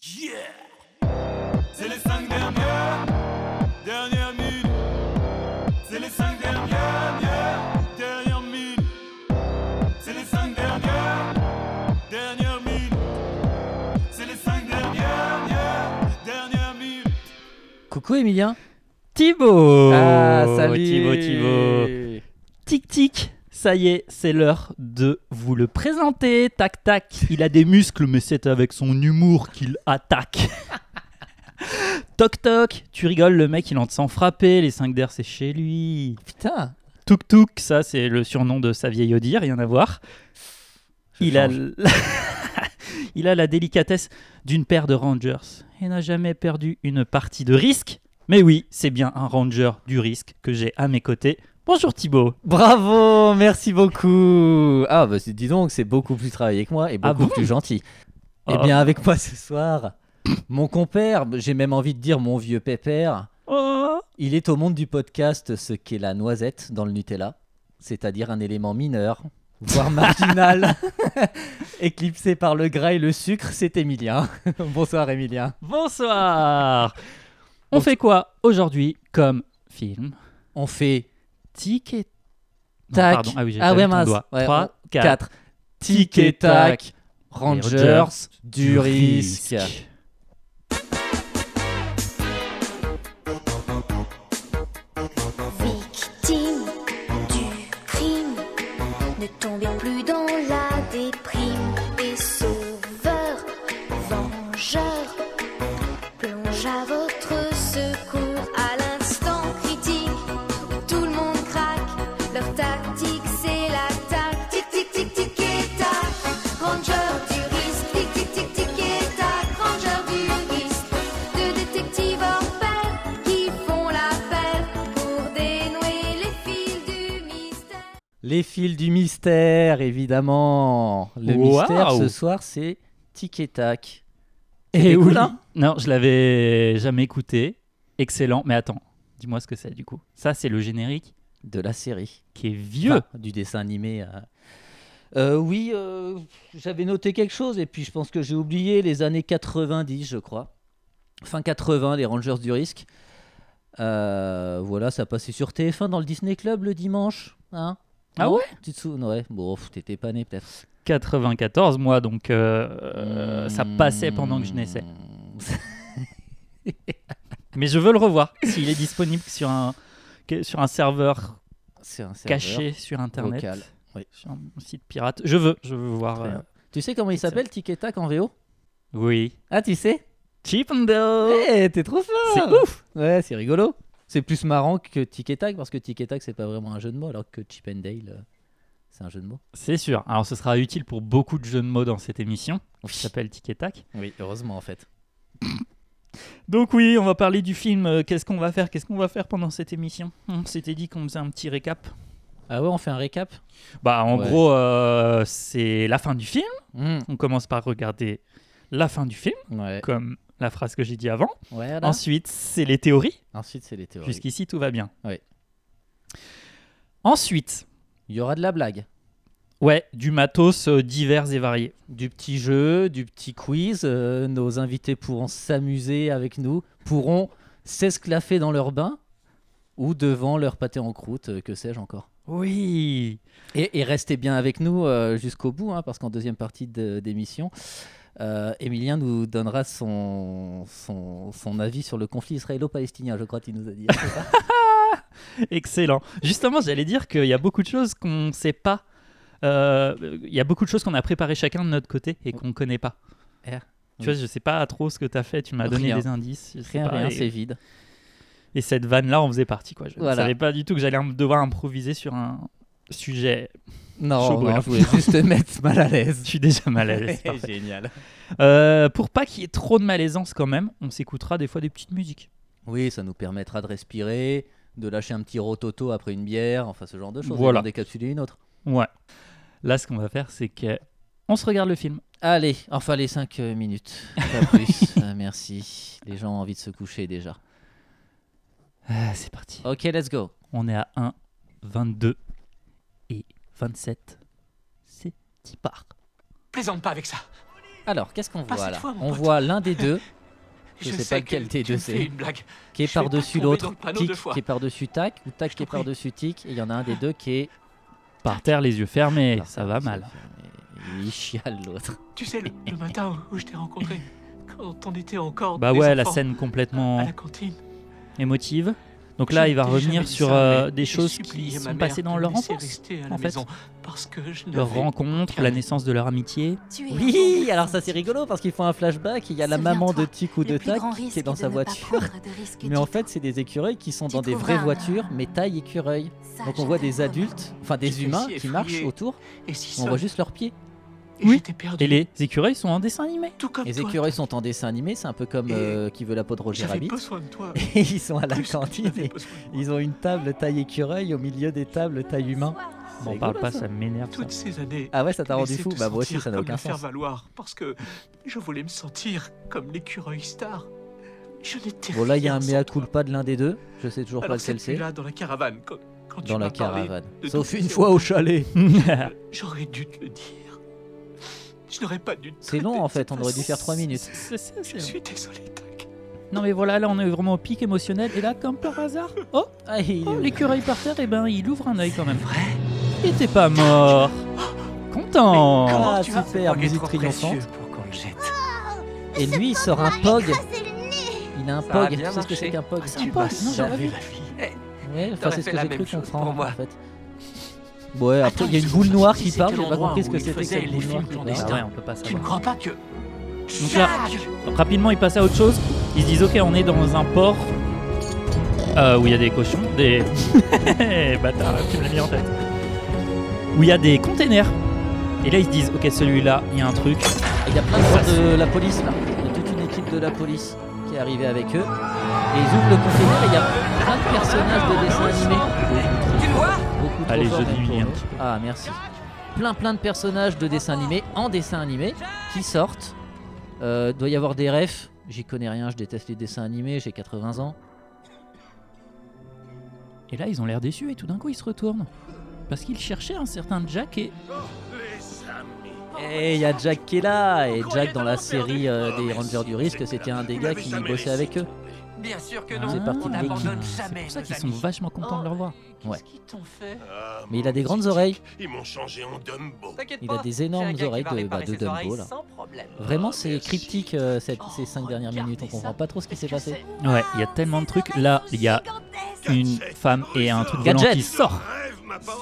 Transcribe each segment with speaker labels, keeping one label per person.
Speaker 1: Yeah C'est les cinq dernières, dernières minutes. C'est les cinq dernières, dernières, dernières minutes. C'est les cinq dernières, dernières minutes. C'est les cinq dernières, dernières, dernières minutes.
Speaker 2: Coucou Emilien.
Speaker 3: Thibaut
Speaker 2: ah salut
Speaker 3: Thibaut, Thibaut
Speaker 2: Tic tic. Ça y est, c'est l'heure de vous le présenter. Tac tac. Il a des muscles, mais c'est avec son humour qu'il attaque. toc toc. Tu rigoles, le mec il en te sent frapper. Les 5 d'air, c'est chez lui.
Speaker 3: Putain
Speaker 2: Tuk Tuk, ça c'est le surnom de sa vieille Odie, rien à voir. Il a, la... Il a la délicatesse d'une paire de Rangers et n'a jamais perdu une partie de risque. Mais oui, c'est bien un Ranger du risque que j'ai à mes côtés. Bonjour Thibaut.
Speaker 3: Bravo Merci beaucoup Ah bah c'est- dis donc, c'est beaucoup plus travaillé que moi et
Speaker 2: Ah
Speaker 3: beaucoup
Speaker 2: bon
Speaker 3: plus gentil. Eh
Speaker 2: Oh.
Speaker 3: bien avec moi ce soir, mon compère, j'ai même envie de dire mon vieux pépère,
Speaker 2: Oh,
Speaker 3: il est au monde du podcast ce qu'est la noisette dans le Nutella, c'est-à-dire un élément mineur, voire marginal, éclipsé par le gras et le sucre, c'est Emilien. Bonsoir Emilien.
Speaker 2: bonsoir. On fait quoi aujourd'hui comme film
Speaker 3: On fait
Speaker 2: Tic et Non,
Speaker 3: Tac.
Speaker 2: pardon. Ah oui, j'ai
Speaker 3: Ah
Speaker 2: pas
Speaker 3: ouais,
Speaker 2: vu ton
Speaker 3: mince.
Speaker 2: doigt.
Speaker 3: Ouais,
Speaker 2: 3, 4,
Speaker 3: 4. Tic et tac, Rangers du risque.
Speaker 4: Victime du crime, ne tombez plus dans la déprime. Et sauveur, vengeur, plonge à votre secours à l'instant critique. où Tout le monde craque, leur tactique c'est l'attaque. Tic tic tic tic et tac, ranger du risque. Tic tic tic tic et tac, ranger du risque. Deux détectives hors pair qui font l'appel pour dénouer les fils du mystère.
Speaker 3: Les fils du mystère, évidemment. Le
Speaker 2: Waouh.
Speaker 3: mystère ce soir, c'est Tic et tac.
Speaker 2: Et
Speaker 3: C'était
Speaker 2: oui.
Speaker 3: cool, hein
Speaker 2: Non, je l'avais jamais écouté. Excellent. Mais attends, dis-moi ce que c'est du coup. Ça, c'est le générique
Speaker 3: de la série.
Speaker 2: qui est vieux.
Speaker 3: Enfin, du dessin animé. euh. Euh, oui, euh, j'avais noté quelque chose et puis je pense que j'ai oublié les années 90, je crois. Fin 80, les Rangers du risque. Euh, voilà, ça passait sur TF1 dans le Disney Club le dimanche. Hein
Speaker 2: Ah
Speaker 3: Non Tu te souviens Ouais, bon, pff, t'étais pas né peut-être.
Speaker 2: 94, moi, donc euh, euh, ça passait pendant que je naissais.
Speaker 3: Hmm,
Speaker 2: Mais je veux le revoir. S'il est disponible sur un, que- sur un serveur
Speaker 3: C'est un serveur.
Speaker 2: caché sur internet,
Speaker 3: local, oui.
Speaker 2: sur un site pirate. Je veux, je veux voir.
Speaker 3: Très
Speaker 2: euh,
Speaker 3: bien. Tu sais comment il s'appelle Tic et Tac en VO
Speaker 2: oui.
Speaker 3: Ah, tu sais
Speaker 2: Chip and Dale. Ah
Speaker 3: Eh, t'es trop fort
Speaker 2: C'est ouf.
Speaker 3: Ouais, c'est rigolo. C'est plus marrant que Tic et Tac parce que Tic et Tac c'est pas vraiment un jeu de mots alors que Chip and Dale euh, c'est un jeu de mots.
Speaker 2: C'est sûr. Alors, ce sera utile pour beaucoup de jeux de mots dans cette émission qui s'appelle Tic et Tac.
Speaker 3: Oui, heureusement en fait.
Speaker 2: Donc oui, on va parler du film. Euh, Qu'est-ce qu'on va faire Qu'est-ce qu'on va faire pendant cette émission On s'était dit qu'on faisait un petit récap.
Speaker 3: Ah ouais, on fait un récap
Speaker 2: Bah en
Speaker 3: Ouais.
Speaker 2: gros, euh, c'est la fin du film.
Speaker 3: Hmm.
Speaker 2: On commence par regarder la fin du film,
Speaker 3: Ouais.
Speaker 2: comme la phrase que j'ai dit avant.
Speaker 3: Voilà.
Speaker 2: Ensuite, c'est les théories.
Speaker 3: Ensuite, c'est les théories.
Speaker 2: Jusqu'ici, tout va bien.
Speaker 3: Ouais.
Speaker 2: Ensuite,
Speaker 3: Il y aura de la blague,
Speaker 2: ouais, du matos euh, divers et variés.
Speaker 3: du petit jeu, du petit quiz. euh, nos invités pourront s'amuser avec nous, pourront s'esclaffer dans leur bain ou devant leur pâté en croûte, euh, que sais-je encore.
Speaker 2: Oui.
Speaker 3: Et, et restez bien avec nous euh, jusqu'au bout, hein, parce qu'en deuxième partie de- d'émission, euh, Emilien nous donnera son, son, son avis sur le conflit israélo-palestinien, je crois qu'il nous a dit. c'est ça
Speaker 2: Excellent. Justement, j'allais dire qu'il y a beaucoup de choses qu'on ne sait pas. Euh, Il y a beaucoup de choses qu'on a préparées chacun de notre côté et qu'on ne connaît pas.
Speaker 3: Eh,
Speaker 2: Tu vois, je sais pas trop ce que tu as fait, tu m'as donné
Speaker 3: Rien.
Speaker 2: des indices. je sais
Speaker 3: Rien,
Speaker 2: pas,
Speaker 3: rien,
Speaker 2: et-
Speaker 3: c'est vide.
Speaker 2: Et cette vanne-là, on faisait partie, quoi. Je ne
Speaker 3: Voilà.
Speaker 2: savais pas du tout que j'allais im- devoir improviser sur un sujet. Chaud
Speaker 3: Non, non,
Speaker 2: brûlant.
Speaker 3: je voulais juste te mettre mal à
Speaker 2: Je
Speaker 3: l'aise.
Speaker 2: suis déjà mal à l'aise. parfait.
Speaker 3: Génial.
Speaker 2: Euh, pour pas qu'il y ait trop de malaisance quand même, on s'écoutera des fois des petites musiques.
Speaker 3: Oui, ça nous permettra de respirer, de lâcher un petit rototo après une bière, enfin ce genre de choses,
Speaker 2: Voilà.
Speaker 3: et d'en décapsuler une autre.
Speaker 2: Ouais. Là, ce qu'on va faire, c'est que on se regarde le film.
Speaker 3: Allez, enfin les 5 minutes, pas plus. Euh, merci. Les gens ont envie de se coucher déjà.
Speaker 2: Ah, c'est parti.
Speaker 3: Ok, let's go.
Speaker 2: On est à 1, 22 et 27. C'est y part.
Speaker 5: Plaisante pas avec ça.
Speaker 3: Alors, qu'est-ce qu'on
Speaker 5: Pas
Speaker 3: voit
Speaker 5: Ah, cette
Speaker 3: là
Speaker 5: fois, mon
Speaker 3: On
Speaker 5: pote.
Speaker 3: voit l'un des deux
Speaker 5: Je,
Speaker 3: sais
Speaker 5: sais,
Speaker 3: pas lequel
Speaker 5: que
Speaker 3: des
Speaker 5: tu
Speaker 3: deux
Speaker 5: me
Speaker 3: c'est.
Speaker 5: fais une blague.
Speaker 3: qui est
Speaker 5: Je vais pas
Speaker 3: par-dessus
Speaker 5: tomber dans
Speaker 3: l'autre,
Speaker 5: le panneau
Speaker 3: tic
Speaker 5: deux fois.
Speaker 3: qui est par-dessus tac, ou tac
Speaker 5: Je
Speaker 3: qui est
Speaker 5: t'en prie.
Speaker 3: par-dessus tic, et il y en a un des deux qui est.
Speaker 2: Par terre, les yeux fermés,
Speaker 3: Alors,
Speaker 2: Eh, ça va mal.
Speaker 3: Et Il chiale l'autre.
Speaker 5: Tu sais, le, le matin où, où je t'ai rencontré, quand on était encore.
Speaker 2: Bah
Speaker 5: des
Speaker 2: ouais, la
Speaker 5: enfants Ah,
Speaker 2: scène
Speaker 5: À
Speaker 2: complètement
Speaker 5: la cantine.
Speaker 2: émotive. Donc là,
Speaker 5: Je
Speaker 2: il va
Speaker 5: t'ai jamais
Speaker 2: revenir
Speaker 5: dit
Speaker 2: sur
Speaker 5: ça,
Speaker 2: euh,
Speaker 5: mais
Speaker 2: des
Speaker 5: j'ai
Speaker 2: choses qui
Speaker 5: supplié ma
Speaker 2: sont
Speaker 5: mère
Speaker 2: passées dans
Speaker 5: de me
Speaker 2: leur
Speaker 5: laisser
Speaker 2: enfance,
Speaker 5: rester à la
Speaker 2: en fait.
Speaker 5: maison parce que je
Speaker 2: leur
Speaker 5: n'avais
Speaker 2: rencontre, la naissance de leur amitié.
Speaker 4: Tu es un
Speaker 3: Oui,
Speaker 4: grand
Speaker 3: alors ça
Speaker 4: garçon.
Speaker 3: c'est rigolo parce qu'ils font un flashback, il y a la
Speaker 4: Souviens-toi,
Speaker 3: maman de tic ou
Speaker 4: Le
Speaker 3: de
Speaker 4: plus
Speaker 3: tac
Speaker 4: grand
Speaker 3: qui est
Speaker 4: risque
Speaker 3: dans
Speaker 4: de
Speaker 3: sa
Speaker 4: ne pas
Speaker 3: voiture.
Speaker 4: prendre de risques
Speaker 3: Mais en
Speaker 4: du
Speaker 3: fait,
Speaker 4: tout.
Speaker 3: c'est des écureuils qui sont
Speaker 4: Tu
Speaker 3: dans des
Speaker 4: trouveras
Speaker 3: vraies
Speaker 4: un-
Speaker 3: voitures,
Speaker 5: euh,
Speaker 3: mais taille écureuil.
Speaker 4: Ça,
Speaker 3: Donc
Speaker 4: je
Speaker 3: on voit
Speaker 4: te
Speaker 3: des
Speaker 4: le
Speaker 3: adultes, enfin des
Speaker 5: J'étais
Speaker 3: humains
Speaker 5: si
Speaker 3: qui marchent
Speaker 5: effrayé.
Speaker 3: autour,
Speaker 5: Et si
Speaker 3: on voit
Speaker 5: seul,
Speaker 3: juste leurs pieds.
Speaker 5: et
Speaker 2: Oui.
Speaker 5: j'étais perdu.
Speaker 2: Et les écureuils sont en dessin animé.
Speaker 5: Tout comme
Speaker 3: Les
Speaker 5: toi,
Speaker 3: écureuils sont en dessin animé, c'est un peu comme
Speaker 5: Et
Speaker 3: euh, qui veut la peau de Roger
Speaker 5: J'avais
Speaker 3: Rabbit.
Speaker 5: besoin de toi.
Speaker 3: Et ils sont à la
Speaker 5: plus que tu
Speaker 3: cantine
Speaker 5: n'avais
Speaker 3: et
Speaker 5: besoin de moi.
Speaker 3: ils ont une table taille écureuil au milieu des tables taille humain. C'est
Speaker 2: Bon, on
Speaker 3: rigolo,
Speaker 2: parle pas,
Speaker 3: ça.
Speaker 2: ça m'énerve. ça.
Speaker 5: Toutes ces années,
Speaker 3: Ah ouais, ça t'a rendu
Speaker 5: Laisser
Speaker 3: fou
Speaker 5: te
Speaker 3: Bah moi aussi,
Speaker 5: sentir
Speaker 3: ça n'a
Speaker 5: comme
Speaker 3: aucun
Speaker 5: le faire
Speaker 3: sens.
Speaker 5: valoir parce que je voulais me sentir comme l'écureuil star. Je n'étais
Speaker 3: Bon là, il y a un
Speaker 5: rien
Speaker 3: mea
Speaker 5: sans toi.
Speaker 3: culpa de l'un des deux. Je sais toujours pas
Speaker 5: Alors
Speaker 3: lequel
Speaker 5: cette
Speaker 3: c'est.
Speaker 5: là dans la caravane quand, quand tu
Speaker 3: Dans la
Speaker 5: m'as parlé,
Speaker 3: caravane.
Speaker 5: de
Speaker 3: Sauf
Speaker 5: tous
Speaker 3: une
Speaker 5: ces
Speaker 3: fois au chalet.
Speaker 5: J'aurais dû te le dire. Je n'aurais pas dû. te
Speaker 3: C'est long
Speaker 5: traiter
Speaker 3: en
Speaker 5: de cette
Speaker 3: fait, on aurait dû
Speaker 5: façon.
Speaker 3: faire 3 minutes.
Speaker 2: C'est- c'est-
Speaker 5: Je
Speaker 2: c'est-
Speaker 5: suis désolé, Tac.
Speaker 2: Non mais voilà, là on est vraiment au pic émotionnel et là comme par hasard, oh,
Speaker 3: Ah, il est
Speaker 2: oh
Speaker 3: où
Speaker 2: l'écureuil par terre, et ben il ouvre un œil quand même. Il était pas mort. Content.
Speaker 3: Ah,
Speaker 5: tu vas
Speaker 3: super,
Speaker 5: Morgan
Speaker 3: musique
Speaker 5: trop précieux
Speaker 3: triomphante.
Speaker 5: pour qu'on le jette. Oh,
Speaker 3: Et lui, il sort un POG. Il a un
Speaker 5: a
Speaker 3: POG. Tu sais
Speaker 5: bien Ah,
Speaker 3: ce que
Speaker 5: marché.
Speaker 3: c'est qu'un POG
Speaker 2: un
Speaker 5: tu
Speaker 2: POG,
Speaker 5: m'as
Speaker 2: non, j'aurais
Speaker 5: sauvé
Speaker 2: vu.
Speaker 5: la fille. Eh,
Speaker 3: Ouais, enfin, c'est
Speaker 5: T'aurais
Speaker 3: ce
Speaker 5: fait
Speaker 3: que
Speaker 5: la
Speaker 3: j'ai
Speaker 5: même
Speaker 3: cru
Speaker 5: chose pour
Speaker 3: comprendre
Speaker 5: moi.
Speaker 3: en fait. Ouais, après il y a une
Speaker 5: Attends,
Speaker 3: boule
Speaker 5: je-
Speaker 3: noire
Speaker 5: si
Speaker 3: qui
Speaker 5: c'était
Speaker 3: parle, j'ai pas
Speaker 5: l'endroit
Speaker 3: compris ce
Speaker 5: où
Speaker 3: que
Speaker 5: il
Speaker 3: c'était
Speaker 5: faisait
Speaker 3: cette
Speaker 5: les
Speaker 3: boule noire
Speaker 5: films
Speaker 3: qui parle.
Speaker 5: clandestins.
Speaker 2: Ah ouais, on peut pas
Speaker 5: Tu ne
Speaker 2: savoir.
Speaker 5: crois pas que.
Speaker 2: Donc là- Rapidement, ils passent à autre chose. Ils se disent ok, on est dans un port euh, où il y a des cochons, des bâtard, tu me l'as mis en tête. Où il y a des containers. Et là ils se disent ok, celui-là, il y a un truc.
Speaker 3: Et Il y a plein de gens de la police là. Il y a toute une équipe de la police qui est arrivée avec eux. Et ils ouvrent le container et il y a plein de personnages de dessins animés.
Speaker 5: Tu le vois
Speaker 3: Beaucoup trop
Speaker 2: Allez,
Speaker 3: fort
Speaker 2: je
Speaker 3: même
Speaker 2: diminue
Speaker 3: pour
Speaker 2: un
Speaker 3: nous.
Speaker 2: petit
Speaker 3: Ah merci. Plein plein de personnages de dessins animés en dessin animé qui sortent. Euh, doit y avoir des refs. J'y connais rien, je déteste les dessins animés, j'ai 80 ans.
Speaker 2: Et là ils ont l'air déçus et tout d'un coup ils se retournent parce qu'ils cherchaient un certain Jack et
Speaker 3: Et Eh, il y a Jack qui est là Et Jack dans la série euh, des Rangers du risque, c'était un des gars qui bossait avec eux.
Speaker 5: Bien sûr que
Speaker 2: Ah,
Speaker 5: non.
Speaker 3: C'est parti
Speaker 5: on
Speaker 3: de
Speaker 5: n'abandonne
Speaker 3: l'équipe.
Speaker 5: jamais.
Speaker 2: C'est pour ça
Speaker 5: nos
Speaker 2: qu'ils sont
Speaker 5: amis. Oh,
Speaker 2: vachement contents de leur voir.
Speaker 3: Ouais.
Speaker 5: Qu'est-ce qu'ils t'ont fait
Speaker 6: Ah,
Speaker 3: Mais il a des
Speaker 6: mon
Speaker 3: grandes
Speaker 6: petit
Speaker 3: oreilles.
Speaker 6: tic, Ils m'ont changé en Dumbo.
Speaker 5: T'inquiète
Speaker 3: Il a
Speaker 5: pas,
Speaker 3: des
Speaker 5: j'ai un
Speaker 3: énormes
Speaker 5: gars qui
Speaker 3: oreilles
Speaker 5: va
Speaker 3: de- bah,
Speaker 5: réparer
Speaker 3: de
Speaker 5: ses
Speaker 3: Dumbo,
Speaker 5: oreilles
Speaker 3: là.
Speaker 5: sans problème.
Speaker 3: Vraiment,
Speaker 6: Ah,
Speaker 3: c'est
Speaker 6: merci.
Speaker 3: cryptique euh, cette- ces cinq
Speaker 5: Oh,
Speaker 3: dernières minutes. On
Speaker 5: regardez
Speaker 3: comprend
Speaker 5: ça.
Speaker 3: pas trop ce qui s'est
Speaker 5: Qu'est-ce que
Speaker 3: passé.
Speaker 2: Ouais, il y a tellement de trucs. Là, il y a une femme et un truc volant
Speaker 3: Gadget.
Speaker 2: qui sort
Speaker 6: Rêve, ma parole.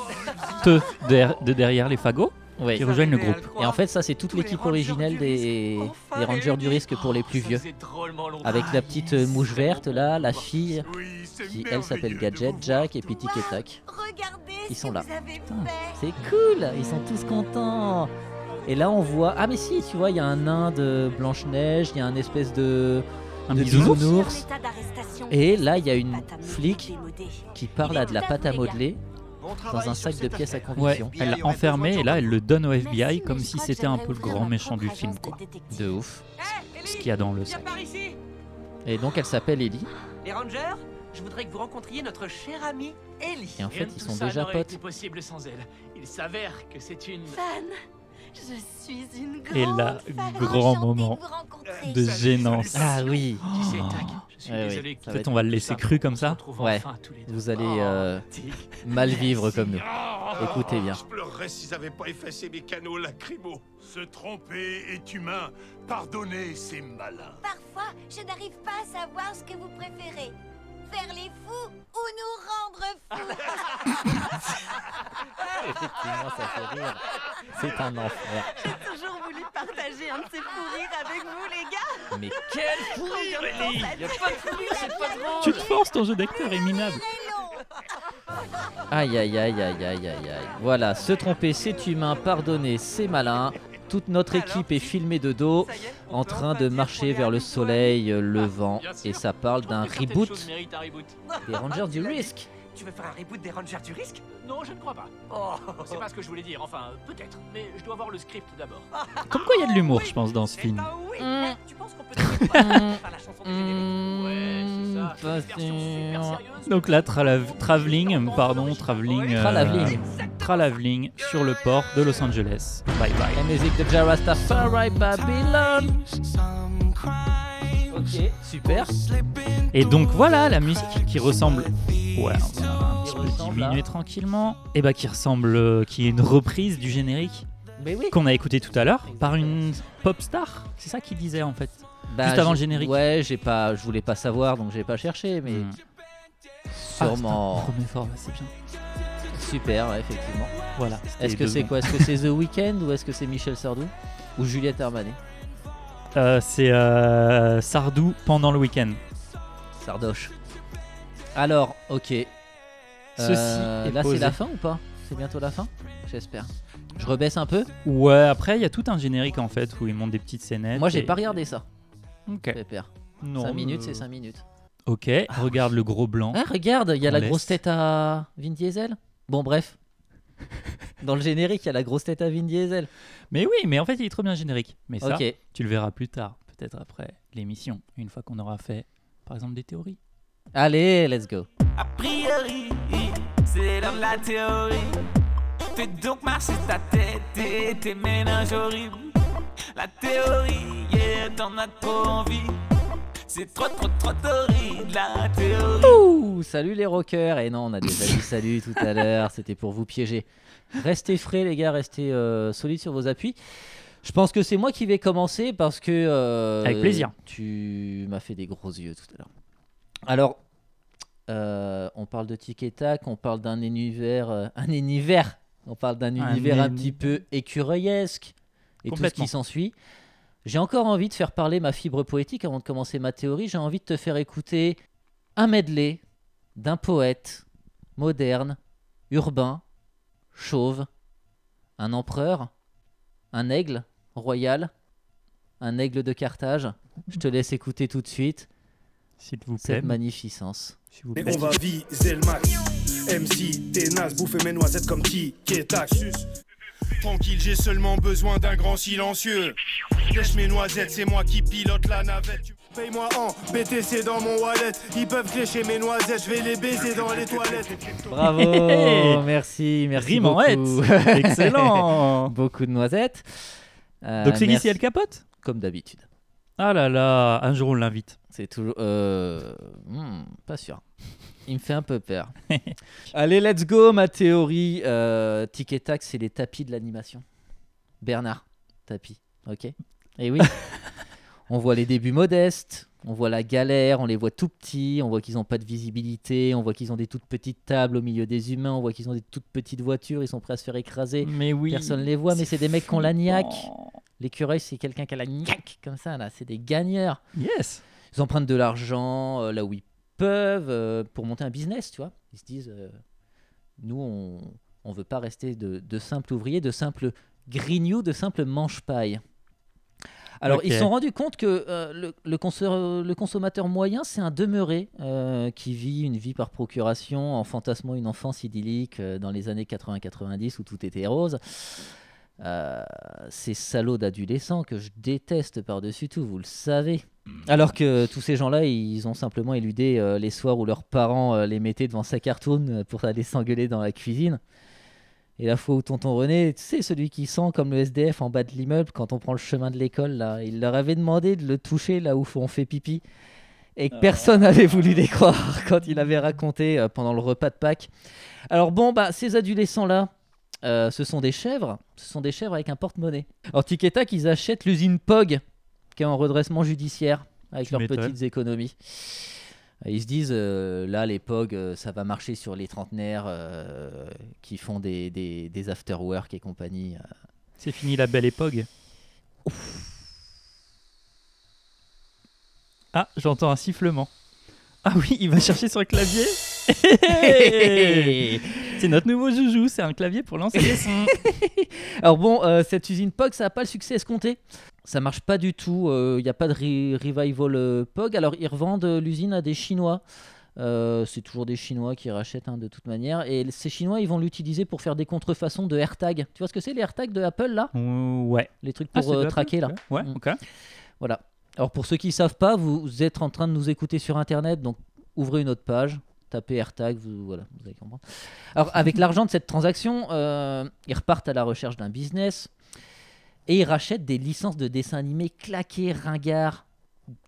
Speaker 2: de, der- de derrière les fagots
Speaker 3: Ouais.
Speaker 2: qui rejoignent le groupe.
Speaker 3: Et en fait, ça, c'est toute
Speaker 5: Tous les
Speaker 3: l'équipe
Speaker 5: Rangers
Speaker 3: originelle
Speaker 5: du
Speaker 3: des,
Speaker 5: risque, enfin
Speaker 3: des Rangers
Speaker 5: réunis.
Speaker 3: du risque pour les plus
Speaker 5: Ça
Speaker 3: vieux.
Speaker 5: faisait drôlement longtemps.
Speaker 3: Avec la petite euh, mouche verte, là, la fille,
Speaker 6: Oui, c'est
Speaker 3: qui elle
Speaker 6: merveilleux
Speaker 3: s'appelle
Speaker 6: de
Speaker 3: Gadget,
Speaker 6: vous voir
Speaker 3: Jack et Petit et Tac.
Speaker 4: Regardez
Speaker 3: Ils
Speaker 4: ce
Speaker 3: sont
Speaker 4: que
Speaker 3: là.
Speaker 4: vous avez
Speaker 2: Putain.
Speaker 4: fait.
Speaker 3: C'est cool Ils sont tous contents Et là, on voit. Ah, mais si, tu vois, il y a un nain de Blanche-Neige, il y a un espèce de.
Speaker 2: Un
Speaker 3: de
Speaker 2: bisounours
Speaker 3: bisounours.
Speaker 4: L'état d'arrestation.
Speaker 3: Et là, il y a une
Speaker 4: Pâte à modeler
Speaker 3: flic
Speaker 4: démodée.
Speaker 3: qui parle à de la pâte à modeler dans un sac de pièces à
Speaker 2: Ouais,
Speaker 3: conviction.
Speaker 2: elle l'a enfermée et là elle le donne au
Speaker 4: Merci,
Speaker 2: FBI
Speaker 4: mais
Speaker 2: comme
Speaker 4: je
Speaker 2: si
Speaker 4: crois que
Speaker 2: c'était un
Speaker 4: j'aimerais
Speaker 2: peu le
Speaker 4: ouvrir
Speaker 2: grand
Speaker 4: ma
Speaker 2: méchant
Speaker 4: propre
Speaker 2: du film,
Speaker 4: agence de
Speaker 2: quoi.
Speaker 4: détective.
Speaker 3: De ouf.
Speaker 2: Ce qu'il y a dans le sac.
Speaker 5: Eh, par ici
Speaker 3: Et donc, elle s'appelle Ellie.
Speaker 5: Les Rangers, je voudrais que vous rencontriez notre chère amie Ellie.
Speaker 3: Et en fait,
Speaker 5: Rien de
Speaker 3: ils
Speaker 5: tout
Speaker 3: sont
Speaker 5: ça
Speaker 3: déjà
Speaker 5: n'aurait
Speaker 3: potes.
Speaker 5: été possible sans elle. Il s'avère que c'est une.
Speaker 4: Fan, je suis une grande
Speaker 2: Et là,
Speaker 4: fan.
Speaker 2: grand
Speaker 4: Enchantée
Speaker 2: moment
Speaker 4: de vous rencontrer.
Speaker 2: De gênance.
Speaker 3: Ah oui
Speaker 5: Tu sais, Tac, je suis
Speaker 3: Eh oui,
Speaker 5: désolé.
Speaker 3: ça va
Speaker 2: Peut-être on va le laisser cru comme ça.
Speaker 3: Ouais.
Speaker 5: Ouais.
Speaker 3: Vous allez
Speaker 5: Oh.
Speaker 3: euh,
Speaker 5: Tic.
Speaker 3: mal vivre comme nous.
Speaker 6: Ah,
Speaker 3: Écoutez bien.
Speaker 6: Je pleurerais s'ils avaient pas effacé mes canaux lacrymaux. Se tromper est humain. Pardonner, c'est malin.
Speaker 4: Parfois, je n'arrive pas à savoir ce que vous préférez. Faire les fous ou nous rendre fous.
Speaker 3: Effectivement, ça fait rire. C'est un enfer.
Speaker 4: Toujours voulu partager un de ces fous rires avec vous, les gars.
Speaker 3: Mais
Speaker 5: Quel pourri, Ellie Y a pas de pourri, c'est pas drôle
Speaker 2: Tu te forces, ton jeu d'acteur est minable.
Speaker 3: aïe aïe aïe aïe aïe aïe aïe. Voilà, se tromper c'est humain, pardonner c'est malin. Toute notre équipe est filmée de dos,
Speaker 5: Ça y est, on
Speaker 3: en
Speaker 5: peut
Speaker 3: train
Speaker 5: enfin
Speaker 3: de
Speaker 5: dire qu'on
Speaker 3: marcher
Speaker 5: est
Speaker 3: vers le
Speaker 5: amis, toi.
Speaker 3: soleil levant.
Speaker 5: bien sûr.
Speaker 3: Et ça parle
Speaker 5: Je trouve
Speaker 3: d'un
Speaker 5: que certaines
Speaker 3: reboot
Speaker 5: choses méritent un reboot.
Speaker 3: des Rangers du Risk.
Speaker 5: Tu veux faire un reboot des Rangers du risque Non, je ne crois pas. Oh, c'est pas ce que je voulais dire. Enfin, euh, peut-être. Mais je dois voir le script d'abord.
Speaker 2: Comme quoi, il y a de l'humour, je pense, dans ce film.
Speaker 5: oui. Tu penses qu'on peut trouver quoi Faire la chanson du générique Ouais, c'est ça. pas
Speaker 3: pas sûr.
Speaker 2: Donc là, trala- travelling, pardon, travelling, euh,
Speaker 3: Travelling.
Speaker 2: travelling sur le port de Los Angeles. Bye bye.
Speaker 3: La musique de Jarastafari Babylon. Ok, super.
Speaker 2: Et donc voilà la musique qui ressemble. Ouais, on va un
Speaker 3: Qui
Speaker 2: petit peu
Speaker 3: ressemble
Speaker 2: diminuer
Speaker 3: à-
Speaker 2: tranquillement. Et bah qui ressemble, euh, qui est une reprise du générique
Speaker 3: Mais oui.
Speaker 2: qu'on a écouté tout à l'heure par une pop star. C'est ça qu'il disait en fait.
Speaker 3: Bah,
Speaker 2: Juste avant
Speaker 3: j'ai-
Speaker 2: le générique.
Speaker 3: Ouais, j'ai pas, je voulais pas savoir, donc j'ai pas cherché, mais
Speaker 2: Hmm. Ah,
Speaker 3: sûrement.
Speaker 2: putain, Premier fort, ouais, c'est bien.
Speaker 3: super, ouais, effectivement.
Speaker 2: Voilà.
Speaker 3: Est-ce
Speaker 2: c'était
Speaker 3: que c'est
Speaker 2: deux
Speaker 3: quoi Est-ce que c'est The Weeknd ou est-ce que c'est Michel Sardou ou Juliette Armanet
Speaker 2: secondes. Euh, C'est euh, Sardou pendant le week-end.
Speaker 3: Sardoche. Alors, ok.
Speaker 2: Ceci
Speaker 3: Euh,
Speaker 2: est
Speaker 3: là, c'est
Speaker 2: posé.
Speaker 3: la fin ou pas C'est bientôt la fin J'espère. Je rebaisse un peu
Speaker 2: Ouais. Après, il y a tout un générique en fait où ils montent des petites scénettes.
Speaker 3: Moi, j'ai
Speaker 2: et-
Speaker 3: pas regardé ça,
Speaker 2: Ok.
Speaker 3: pépère.
Speaker 2: Non,
Speaker 3: 5 minutes,
Speaker 2: euh,
Speaker 3: c'est 5 minutes.
Speaker 2: Ok. Regarde le gros blanc.
Speaker 3: Ah, regarde, il y a
Speaker 2: On
Speaker 3: la
Speaker 2: laisse.
Speaker 3: grosse tête à Vin Diesel. Bon, bref. Dans le générique, il y a la grosse tête à Vin Diesel.
Speaker 2: Mais oui, mais en fait, il est trop bien générique. Mais ça,
Speaker 3: Ok.
Speaker 2: Tu le verras plus tard, peut-être après l'émission, une fois qu'on aura fait, par exemple, des théories.
Speaker 3: Allez, let's go.
Speaker 7: A priori, c'est l'heure de la théorie. Fais donc marcher ta tête et tes ménages horribles. La théorie, yeah, t'en as trop envie. C'est trop, trop, trop torride, la théorie.
Speaker 3: Ouh, salut les rockers. Et non, on a déjà dit salut tout à l'heure. C'était pour vous piéger. Restez frais, les gars. Restez euh, solides sur vos appuis. Je pense que c'est moi qui vais commencer parce que. euh,
Speaker 2: Avec plaisir.
Speaker 3: Tu m'as fait des gros yeux tout à l'heure. Alors, euh, on parle de tic et tac. On parle d'un univers. euh, un univers. On parle d'un
Speaker 2: Un
Speaker 3: univers un
Speaker 2: uni-
Speaker 3: petit peu écureuillesque et tout ce
Speaker 2: Complètement.
Speaker 3: qui s'ensuit. J'ai encore envie de faire parler ma fibre poétique avant de commencer ma théorie. J'ai envie de te faire écouter un medley d'un poète moderne, urbain, chauve, un empereur, un aigle royal, un aigle de Carthage. Je te laisse écouter tout de suite
Speaker 2: S'il vous plaît.
Speaker 3: cette magnificence.
Speaker 2: s'il vous
Speaker 8: Mais
Speaker 2: plaît.
Speaker 8: on va viser le max. MC, t'es naze, bouffer mes noisettes comme tic et tac.
Speaker 6: Tranquille, j'ai seulement besoin d'un grand silencieux. Lèche mes noisettes, c'est moi qui pilote la navette. Tu-
Speaker 8: Paye-moi en BTC dans mon wallet. Ils peuvent clécher mes noisettes, je vais les baiser dans les toilettes.
Speaker 3: Bravo,
Speaker 2: Hey
Speaker 3: merci, merci
Speaker 2: Rime en
Speaker 3: beaucoup.
Speaker 2: hête. Excellent
Speaker 3: beaucoup de noisettes. Euh,
Speaker 2: Donc c'est qui
Speaker 3: merci-
Speaker 2: c'est El Capote
Speaker 3: Comme d'habitude.
Speaker 2: Ah là là, un jour on l'invite.
Speaker 3: C'est toujours. euh, hmm, pas sûr. Il me fait un peu peur. Allez, let's go, ma théorie. Euh, tic et tac, c'est les tapis de l'animation. Bernard, tapis. Ok Et oui. on voit les débuts modestes, on voit la galère, on les voit tout petits, on voit qu'ils n'ont pas de visibilité, on voit qu'ils ont des toutes petites tables au milieu des humains, on voit qu'ils ont des toutes petites voitures, ils sont prêts à se faire écraser.
Speaker 2: Mais oui.
Speaker 3: Personne les voit, mais c'est des mecs qui ont la niaque.
Speaker 2: flippant.
Speaker 3: L'écureuil, c'est quelqu'un qui a la niaque, comme ça, là. C'est des gagneurs.
Speaker 2: Yes.
Speaker 3: Ils empruntent de l'argent euh, là où ils peuvent euh, pour monter un business, tu vois. Ils se disent, euh, nous, on on veut pas rester de, de simples ouvriers, de simples grignoux, de simples manche-paille. Alors,
Speaker 2: Ok.
Speaker 3: ils se sont rendus compte que euh, le, le conso- le consommateur moyen, c'est un demeuré euh, qui vit une vie par procuration en fantasmant une enfance idyllique euh, dans les années 80-90 où tout était rose. Euh, ces salauds d'adolescents que je déteste par-dessus tout, vous le savez. Alors que tous ces gens-là, ils ont simplement éludé euh, les soirs où leurs parents euh, les mettaient devant sa cartoon euh, pour aller s'engueuler dans la cuisine. Et la fois où tonton René, tu sais, celui qui sent comme le SDF en bas de l'immeuble quand on prend le chemin de l'école, là, il leur avait demandé de le toucher là où on fait pipi. Et que
Speaker 2: Ah.
Speaker 3: personne n'avait voulu les croire quand il avait raconté euh, pendant le repas de Pâques. Alors bon, bah, ces adolescents-là, euh, ce sont des chèvres. Ce sont des chèvres avec un porte-monnaie. Alors tic et tac, ils achètent l'usine POG, qui est en redressement judiciaire, avec
Speaker 2: Tu
Speaker 3: leurs
Speaker 2: m'étonnes.
Speaker 3: petites économies. Et Ils se disent, euh, là, les POG, euh, ça va marcher sur les trentenaires euh, qui font des, des, des after-work et compagnie. euh,
Speaker 2: C'est fini la belle époque. Ah, j'entends un sifflement. Ah oui, il va chercher sur le clavier. Hey c'est notre nouveau joujou, c'est un clavier pour lancer les sons.
Speaker 3: Alors bon, euh, cette usine POG, ça n'a pas le succès escompté. Ça marche pas du tout. Il n'y a pas de re- revival euh, POG. Alors ils revendent euh, l'usine à des Chinois. Euh, c'est toujours des Chinois qui rachètent hein, de toute manière. Et ces Chinois, ils vont l'utiliser pour faire des contrefaçons de AirTag. Tu vois ce que c'est les AirTag de Apple là
Speaker 2: Ouh, Ouais.
Speaker 3: Les trucs
Speaker 2: Ah,
Speaker 3: pour
Speaker 2: c'est
Speaker 3: euh,
Speaker 2: de la
Speaker 3: traquer là.
Speaker 2: pub, Ouais,
Speaker 3: Mm.
Speaker 2: ok.
Speaker 3: Voilà. Alors pour ceux qui savent pas, vous êtes en train de nous écouter sur Internet, donc ouvrez une autre page, tapez AirTag, vous, voilà, vous allez comprendre. Alors, avec l'argent de cette transaction, euh, ils repartent à la recherche d'un business et ils rachètent des licences de dessins animés claqués, ringards,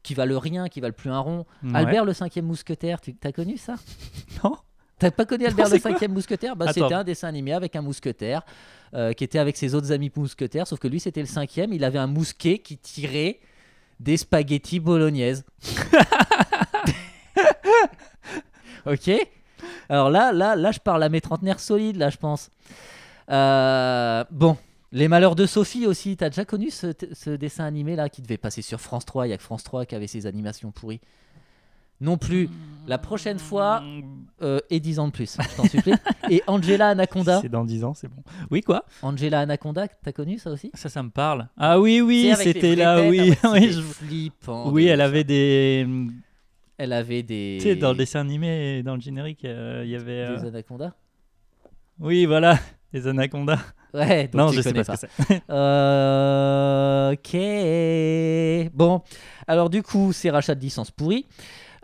Speaker 3: qui valent rien, qui valent plus un rond.
Speaker 2: Ouais.
Speaker 3: Albert le cinquième mousquetaire, tu t'as connu ça
Speaker 2: Non.
Speaker 3: T'as pas connu Albert
Speaker 2: Non,
Speaker 3: le
Speaker 2: c'est quoi
Speaker 3: cinquième mousquetaire bah,
Speaker 2: Attends.
Speaker 3: C'était un dessin animé avec un mousquetaire euh, qui était avec ses autres amis mousquetaires, sauf que lui c'était le cinquième, il avait un mousquet qui tirait des spaghettis bolognaises. ok Alors là, là, là, je parle à mes trentenaires solides, là, je pense. Euh, bon, Les Malheurs de Sophie aussi, t'as déjà connu ce, ce dessin animé là qui devait passer sur France 3, il y a que France 3 qui avait ses animations pourries. Non plus. La prochaine fois, euh, et 10 ans de plus, je t'en supplie. Et Angela Anaconda.
Speaker 2: C'est dans 10 ans, c'est bon. Oui, quoi
Speaker 3: Angela Anaconda, t'as connu ça aussi
Speaker 2: Ça, ça me parle. Ah oui, oui,
Speaker 3: C'est avec les
Speaker 2: c'était là,
Speaker 3: frettes,
Speaker 2: oui.
Speaker 3: ah ouais,
Speaker 2: oui,
Speaker 3: c'était
Speaker 2: je-
Speaker 3: flippant.
Speaker 2: oui,
Speaker 3: de
Speaker 2: elle
Speaker 3: ouf.
Speaker 2: avait des.
Speaker 3: Elle avait des.
Speaker 2: Tu sais, dans le dessin animé, dans le générique, euh, il y avait. euh,
Speaker 3: Des anacondas
Speaker 2: Oui, voilà, des anacondas.
Speaker 3: Ouais, donc
Speaker 2: non,
Speaker 3: tu
Speaker 2: je sais
Speaker 3: connais pas.
Speaker 2: pas, ce que c'est.
Speaker 3: Euh, ok. Bon, alors du coup, ces rachats de licences pourris,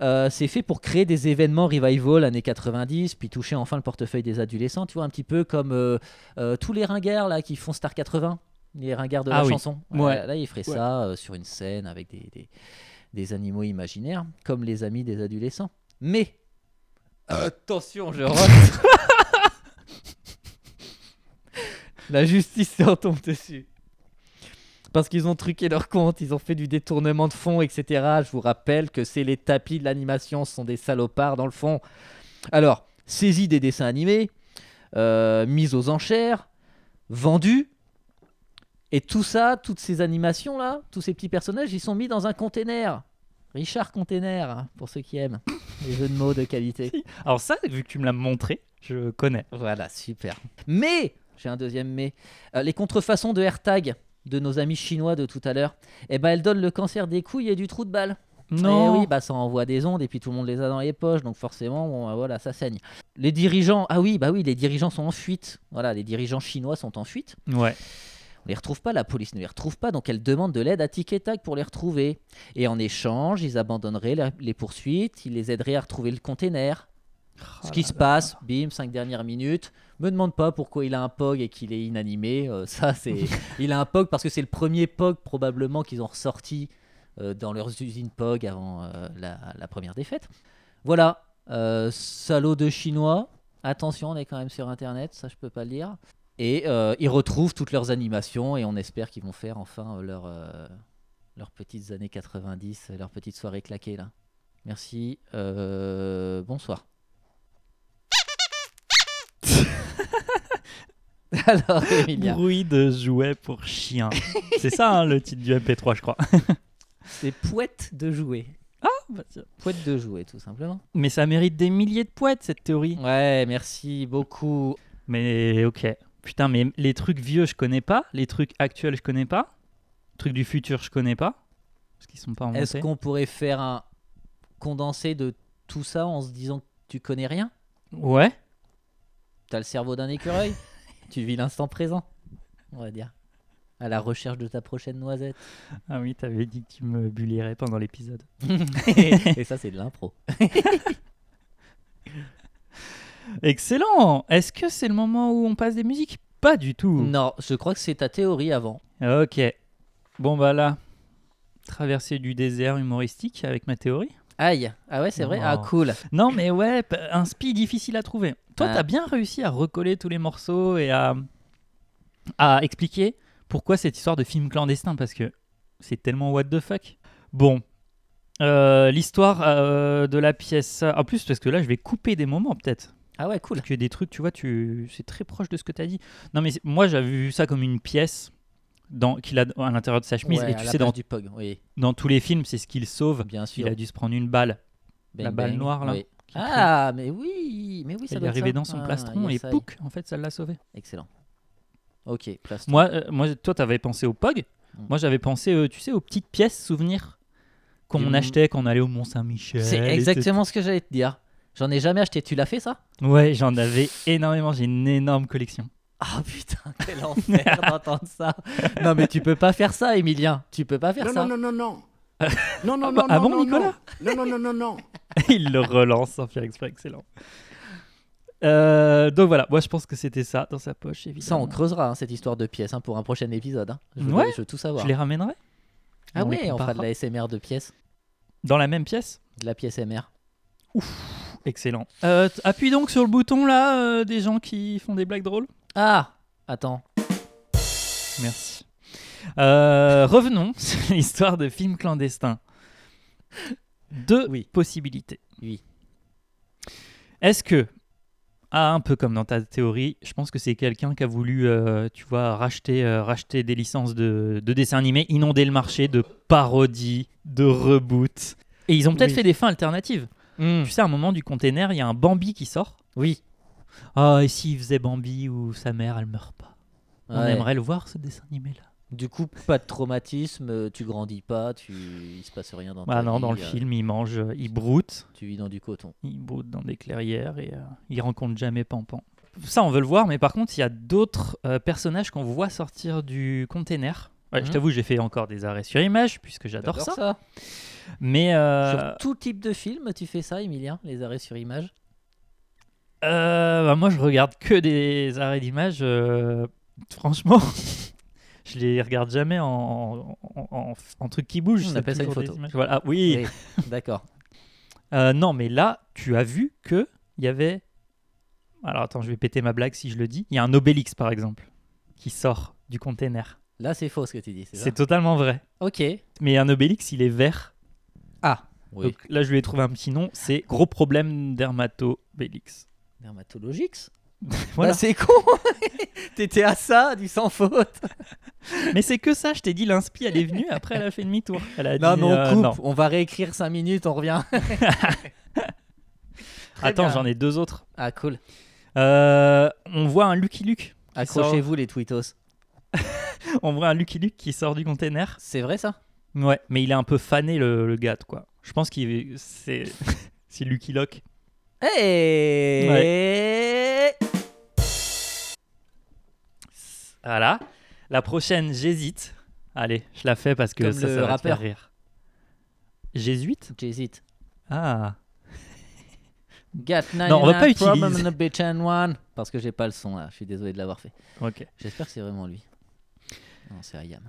Speaker 3: euh, c'est fait pour créer des événements revival années 90, puis toucher enfin le portefeuille des adolescents, tu vois, un petit peu comme euh, euh, tous les ringards là qui font Star 80, les ringards de la
Speaker 2: Ah oui.
Speaker 3: chanson.
Speaker 2: Ouais.
Speaker 3: Là, ils feraient ça euh, sur une scène avec des, des- des animaux imaginaires, comme les amis des adolescents. Mais, attention, je rentre. La justice s'en tombe dessus. Parce qu'ils ont truqué leur compte, ils ont fait du détournement de fonds, etc. Je vous rappelle que c'est les tapis de l'animation, ce sont des salopards dans le fond. Alors, saisie des dessins animés, euh, mise aux enchères, vendus. Et tout ça, toutes ces animations-là, tous ces petits personnages, ils sont mis dans un container. Richard Container, hein, pour ceux qui aiment les jeux de mots de qualité.
Speaker 2: Alors, ça, vu que tu me l'as montré, je connais.
Speaker 3: Voilà, super. Mais, j'ai un deuxième mais, euh, les contrefaçons de AirTag de nos amis chinois de tout à l'heure, eh ben elles donnent le cancer des couilles et du trou de balle. Eh
Speaker 2: Non.
Speaker 3: oui, bah ça envoie des ondes et puis tout le monde les a dans les poches, donc forcément, bon, bah, voilà, ça saigne. Les dirigeants, ah oui, bah oui, les dirigeants sont en fuite. Voilà, les dirigeants chinois sont en fuite.
Speaker 2: Ouais.
Speaker 3: On les retrouve pas, la police ne les retrouve pas, donc elle demande de l'aide à Tic et Tac pour les retrouver. Et en échange, ils abandonneraient la- les poursuites, ils les aideraient à retrouver le container.
Speaker 2: Oh
Speaker 3: Ce qui se passe, bim, 5 dernières minutes. Me demande pas pourquoi il a un POG et qu'il est inanimé. euh, ça, c'est. il a un POG parce que c'est le premier POG probablement qu'ils ont ressorti euh, dans leurs usines POG avant euh, la, la première défaite. Voilà, euh, salaud de chinois. Attention, on est quand même sur internet, ça je peux pas le dire. Et euh, ils retrouvent toutes leurs animations et on espère qu'ils vont faire enfin euh, leur, euh, leurs petites années 90, euh, leurs petites soirées claquées là. Merci, euh, bonsoir. Alors, Emilia,
Speaker 2: Bruit de jouet pour chien. c'est ça, hein, le titre du MP3, je crois. Ah,
Speaker 3: c'est pouette de jouer. Pouette de jouer, tout simplement.
Speaker 2: bah, Mais ça mérite des milliers de poètes, cette théorie.
Speaker 3: Ouais, merci beaucoup.
Speaker 2: Mais ok. Putain, mais les trucs vieux, je connais pas. Les trucs actuels, je connais pas. Les trucs du futur, je connais pas. Parce qu'ils sont pas remontés.
Speaker 3: Est-ce qu'on pourrait faire un condensé de tout ça en se disant que tu connais rien
Speaker 2: Ouais.
Speaker 3: T'as le cerveau d'un écureuil Tu vis l'instant présent, on va dire. À la recherche de ta prochaine noisette.
Speaker 2: Ah oui, t'avais dit que tu me bullirais pendant l'épisode.
Speaker 3: Et ça, c'est de l'impro.
Speaker 2: Excellent Est-ce que c'est le moment où on passe des musiques Pas du tout.
Speaker 3: Non, je crois que c'est ta théorie avant.
Speaker 2: Ok. Bon, bah là, traversée du désert humoristique avec ma théorie.
Speaker 3: Aïe Ah ouais, c'est vrai Ah
Speaker 2: Non.
Speaker 3: cool
Speaker 2: Non, mais ouais, p- un spi difficile à trouver. Toi,
Speaker 3: Ah.
Speaker 2: t'as bien réussi à recoller tous les morceaux et à, à expliquer pourquoi cette histoire de film clandestin, parce que c'est tellement what the fuck. Bon, Euh, l'histoire euh, de la pièce. En plus, parce que là, je vais couper des moments peut-être.
Speaker 3: Ah ouais, cool
Speaker 2: Parce que des trucs, tu vois, tu... c'est très proche de ce que tu as dit. Non, mais c'est- moi, j'avais vu ça comme une pièce dans... qu'il a à l'intérieur de sa chemise.
Speaker 3: Ouais, à
Speaker 2: et tu
Speaker 3: la
Speaker 2: sais,
Speaker 3: place
Speaker 2: dans,
Speaker 3: du POG, oui,
Speaker 2: dans tous les films, c'est ce qu'il sauve.
Speaker 3: bien sûr.
Speaker 2: Il a dû se prendre une balle. la balle noire, là.
Speaker 3: oui.
Speaker 2: qui crie.
Speaker 3: Ah, mais oui Mais oui, ça
Speaker 2: Elle est
Speaker 3: doit être
Speaker 2: arrivée
Speaker 3: ça.
Speaker 2: dans son
Speaker 3: Ah,
Speaker 2: plastron et
Speaker 3: yes, I.
Speaker 2: pouc, en fait, ça l'a sauvé.
Speaker 3: Excellent. Ok, plastron.
Speaker 2: Moi, euh, moi toi, t'avais pensé au POG.
Speaker 3: Mm.
Speaker 2: Moi, j'avais pensé, euh, tu sais, aux petites pièces souvenirs qu'on
Speaker 3: Mm.
Speaker 2: achetait quand on allait au Mont-Saint-Michel.
Speaker 3: C'est
Speaker 2: et
Speaker 3: exactement ce que j'allais te dire. J'en ai jamais acheté. Tu l'as fait ça
Speaker 2: tout. Ouais, j'en avais énormément. J'ai une énorme collection.
Speaker 3: Ah putain, quel enfer d'entendre ça. Non mais tu peux pas faire ça, Emilien. Tu peux pas faire
Speaker 9: Non,
Speaker 3: ça.
Speaker 9: non, non, non, non. Non, non,
Speaker 2: bah,
Speaker 9: non,
Speaker 2: ah
Speaker 9: non,
Speaker 2: bon,
Speaker 9: non,
Speaker 2: Nicolas
Speaker 9: non. Non, non, non, non, non.
Speaker 2: il le relance sans faire exprès, excellent. Euh, donc voilà, moi je pense que c'était ça dans sa poche, évidemment.
Speaker 3: Ça, on creusera hein, cette histoire de pièces hein, pour un prochain épisode. hein. Je, veux,
Speaker 2: Ouais.
Speaker 3: je veux tout savoir.
Speaker 2: Je les ramènerai
Speaker 3: Ah
Speaker 2: on les
Speaker 3: ouais, on fera de
Speaker 2: comparera.
Speaker 3: la SMR de pièces.
Speaker 2: dans la même pièce.
Speaker 3: De la pièce MR.
Speaker 2: Excellent. Euh, t- appuie donc sur le bouton là euh, des gens qui font des blagues drôles.
Speaker 3: Ah Attends.
Speaker 2: Merci. Euh, revenons sur l'histoire de films clandestins. Deux
Speaker 3: Oui.
Speaker 2: possibilités.
Speaker 3: Oui.
Speaker 2: Est-ce que, ah, un peu comme dans ta théorie, je pense que c'est quelqu'un qui a voulu, euh, tu vois, racheter, euh, racheter des licences de, de dessins animés, inonder le marché de parodies, de reboots. Et ils ont peut-être
Speaker 3: Oui. Hmm.
Speaker 2: fait des fins alternatives. Tu sais, à un moment du container, il y a un Bambi qui sort.
Speaker 3: Oui.
Speaker 2: Ah, et s'il faisait Bambi ou sa mère, elle meurt pas. On
Speaker 3: Ouais.
Speaker 2: aimerait le voir, ce dessin animé-là.
Speaker 3: Du coup, pas de traumatisme, euh, tu grandis pas, tu... il se passe rien dans ta
Speaker 2: Bah non,
Speaker 3: vie,
Speaker 2: dans le
Speaker 3: euh,
Speaker 2: film, il mange, euh, il broute,
Speaker 3: Tu vis dans du coton.
Speaker 2: il broute dans des clairières et euh, il rencontre jamais Pampan. Ça, on veut le voir, mais par contre, il y a d'autres euh, personnages qu'on voit sortir du container. Ouais, Je
Speaker 3: Mhm.
Speaker 2: t'avoue, j'ai fait encore des arrêts sur image, puisque j'adore ça. Mais euh,
Speaker 3: Sur tout type de film, tu fais ça, Emilien Les arrêts sur image
Speaker 2: euh, bah, moi, je regarde que des arrêts d'image. euh, franchement, je les regarde jamais en, en, en- en- en truc qui bouge.
Speaker 3: On
Speaker 2: c'est
Speaker 3: appelle ça une
Speaker 2: toujours des
Speaker 3: photo.
Speaker 2: images. Voilà. Ah, oui,
Speaker 3: D'accord.
Speaker 2: Euh, non, mais là, tu as vu que il y avait. Alors attends, je vais péter ma blague si je le dis. Il y a un Obélix par exemple qui sort du container.
Speaker 3: Là, c'est faux ce que tu dis, c'est ça
Speaker 2: C'est totalement vrai.
Speaker 3: Ok.
Speaker 2: Mais un Obélix, il est vert.
Speaker 3: Ah Oui.
Speaker 2: Donc là, je lui ai trouvé un petit nom. C'est gros problème dermatobélix.
Speaker 3: Dermatologix
Speaker 2: Voilà.
Speaker 3: Bah, c'est con T'étais à ça, du sans faute
Speaker 2: mais c'est que ça. Je t'ai dit, l'inspi, elle est venue. Après, elle a fait demi-tour. Elle a
Speaker 3: Non,
Speaker 2: dit.
Speaker 3: mais on
Speaker 2: euh,
Speaker 3: coupe,
Speaker 2: non.
Speaker 3: on va réécrire 5 minutes, on revient.
Speaker 2: Attends,
Speaker 3: bien.
Speaker 2: j'en ai deux autres.
Speaker 3: Ah, cool.
Speaker 2: Euh, on voit un Lucky Luke. qui sort-
Speaker 3: Accrochez-vous, les tweetos.
Speaker 2: On voit un Lucky Luke qui sort du container.
Speaker 3: C'est vrai ça
Speaker 2: Ouais, mais il est un peu fané le, le gars, quoi. Je pense qu'il c'est c'est Lucky Locke.
Speaker 3: Eh
Speaker 2: Voilà. La prochaine, j'hésite. Allez, je la fais parce que
Speaker 3: Comme
Speaker 2: ça,
Speaker 3: le
Speaker 2: ça va te faire
Speaker 3: rappeur.
Speaker 2: rire. Jésuite
Speaker 3: J'hésite.
Speaker 2: Ah.
Speaker 3: Got
Speaker 2: Non, on va pas
Speaker 3: 99 problem
Speaker 2: utiliser.
Speaker 3: and a bitch and one. Parce que j'ai pas le son là, je suis désolé de l'avoir fait.
Speaker 2: Ok.
Speaker 3: J'espère que c'est vraiment lui. Non, c'est Ayam.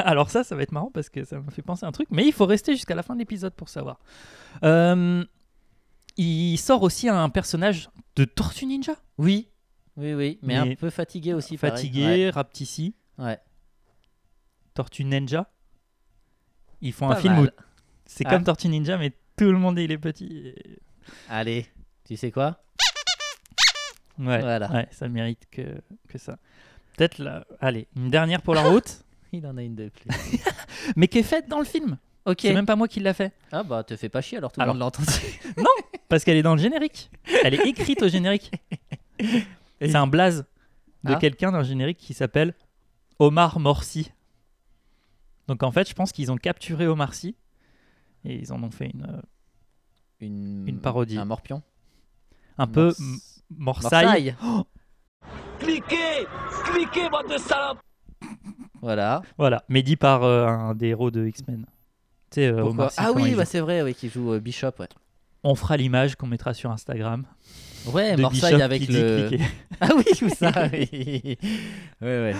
Speaker 2: Alors ça, ça va être marrant parce que ça me fait penser à un truc. Mais il faut rester jusqu'à la fin de l'épisode pour savoir. Euh, il sort aussi un personnage de Tortue Ninja.
Speaker 3: Oui, oui, oui, mais,
Speaker 2: Mais-
Speaker 3: un peu fatigué aussi. pareil.
Speaker 2: Fatigué, Raptici,
Speaker 3: Ouais. ouais.
Speaker 2: Tortue Ninja. Ils font un
Speaker 3: Pas
Speaker 2: film où
Speaker 3: mal.
Speaker 2: C'est
Speaker 3: Ah.
Speaker 2: comme Tortue Ninja, mais tout le monde il est petit. Et-
Speaker 3: Allez, tu sais quoi
Speaker 2: Ouais,
Speaker 3: Voilà.
Speaker 2: ouais, ça mérite que, que ça. Peut-être là. Allez, une dernière pour la route,
Speaker 3: Il en a une de plus.
Speaker 2: mais qui est faite dans le film.
Speaker 3: ok.
Speaker 2: C'est même pas moi qui l'a fait.
Speaker 3: Ah bah, te fais pas chier alors tout le
Speaker 2: Alors.
Speaker 3: monde l'a entendu.
Speaker 2: Parce qu'elle est dans le générique. Elle est écrite au générique. C'est un blaze de
Speaker 3: Ah.
Speaker 2: quelqu'un dans le générique qui s'appelle Omar Morsi. Donc en fait, je pense qu'ils ont capturé Omar Sy et ils en ont fait une euh,
Speaker 3: Une,
Speaker 2: Une parodie.
Speaker 3: Un morpion.
Speaker 2: un peu
Speaker 3: Mors-
Speaker 2: m- morsaille.
Speaker 3: Morsaille.
Speaker 5: Cliquez Cliquez, bande de salopes
Speaker 3: Voilà.
Speaker 2: Voilà, mais dit par euh, un des héros de X-Men. Tu sais, euh,
Speaker 3: Pourquoi
Speaker 2: Omar Sy,
Speaker 3: ah
Speaker 2: comment il
Speaker 3: oui,
Speaker 2: joue.
Speaker 3: bah, c'est vrai, oui, qui joue euh, Bishop. Ouais,
Speaker 2: On fera l'image qu'on mettra sur Instagram.
Speaker 3: ouais
Speaker 2: de
Speaker 3: Morsaille
Speaker 2: Bishop
Speaker 3: Eh, avec
Speaker 2: qui dit
Speaker 3: le.
Speaker 2: cliquer.
Speaker 3: Ah oui, tout ça. oui. ouais, ouais.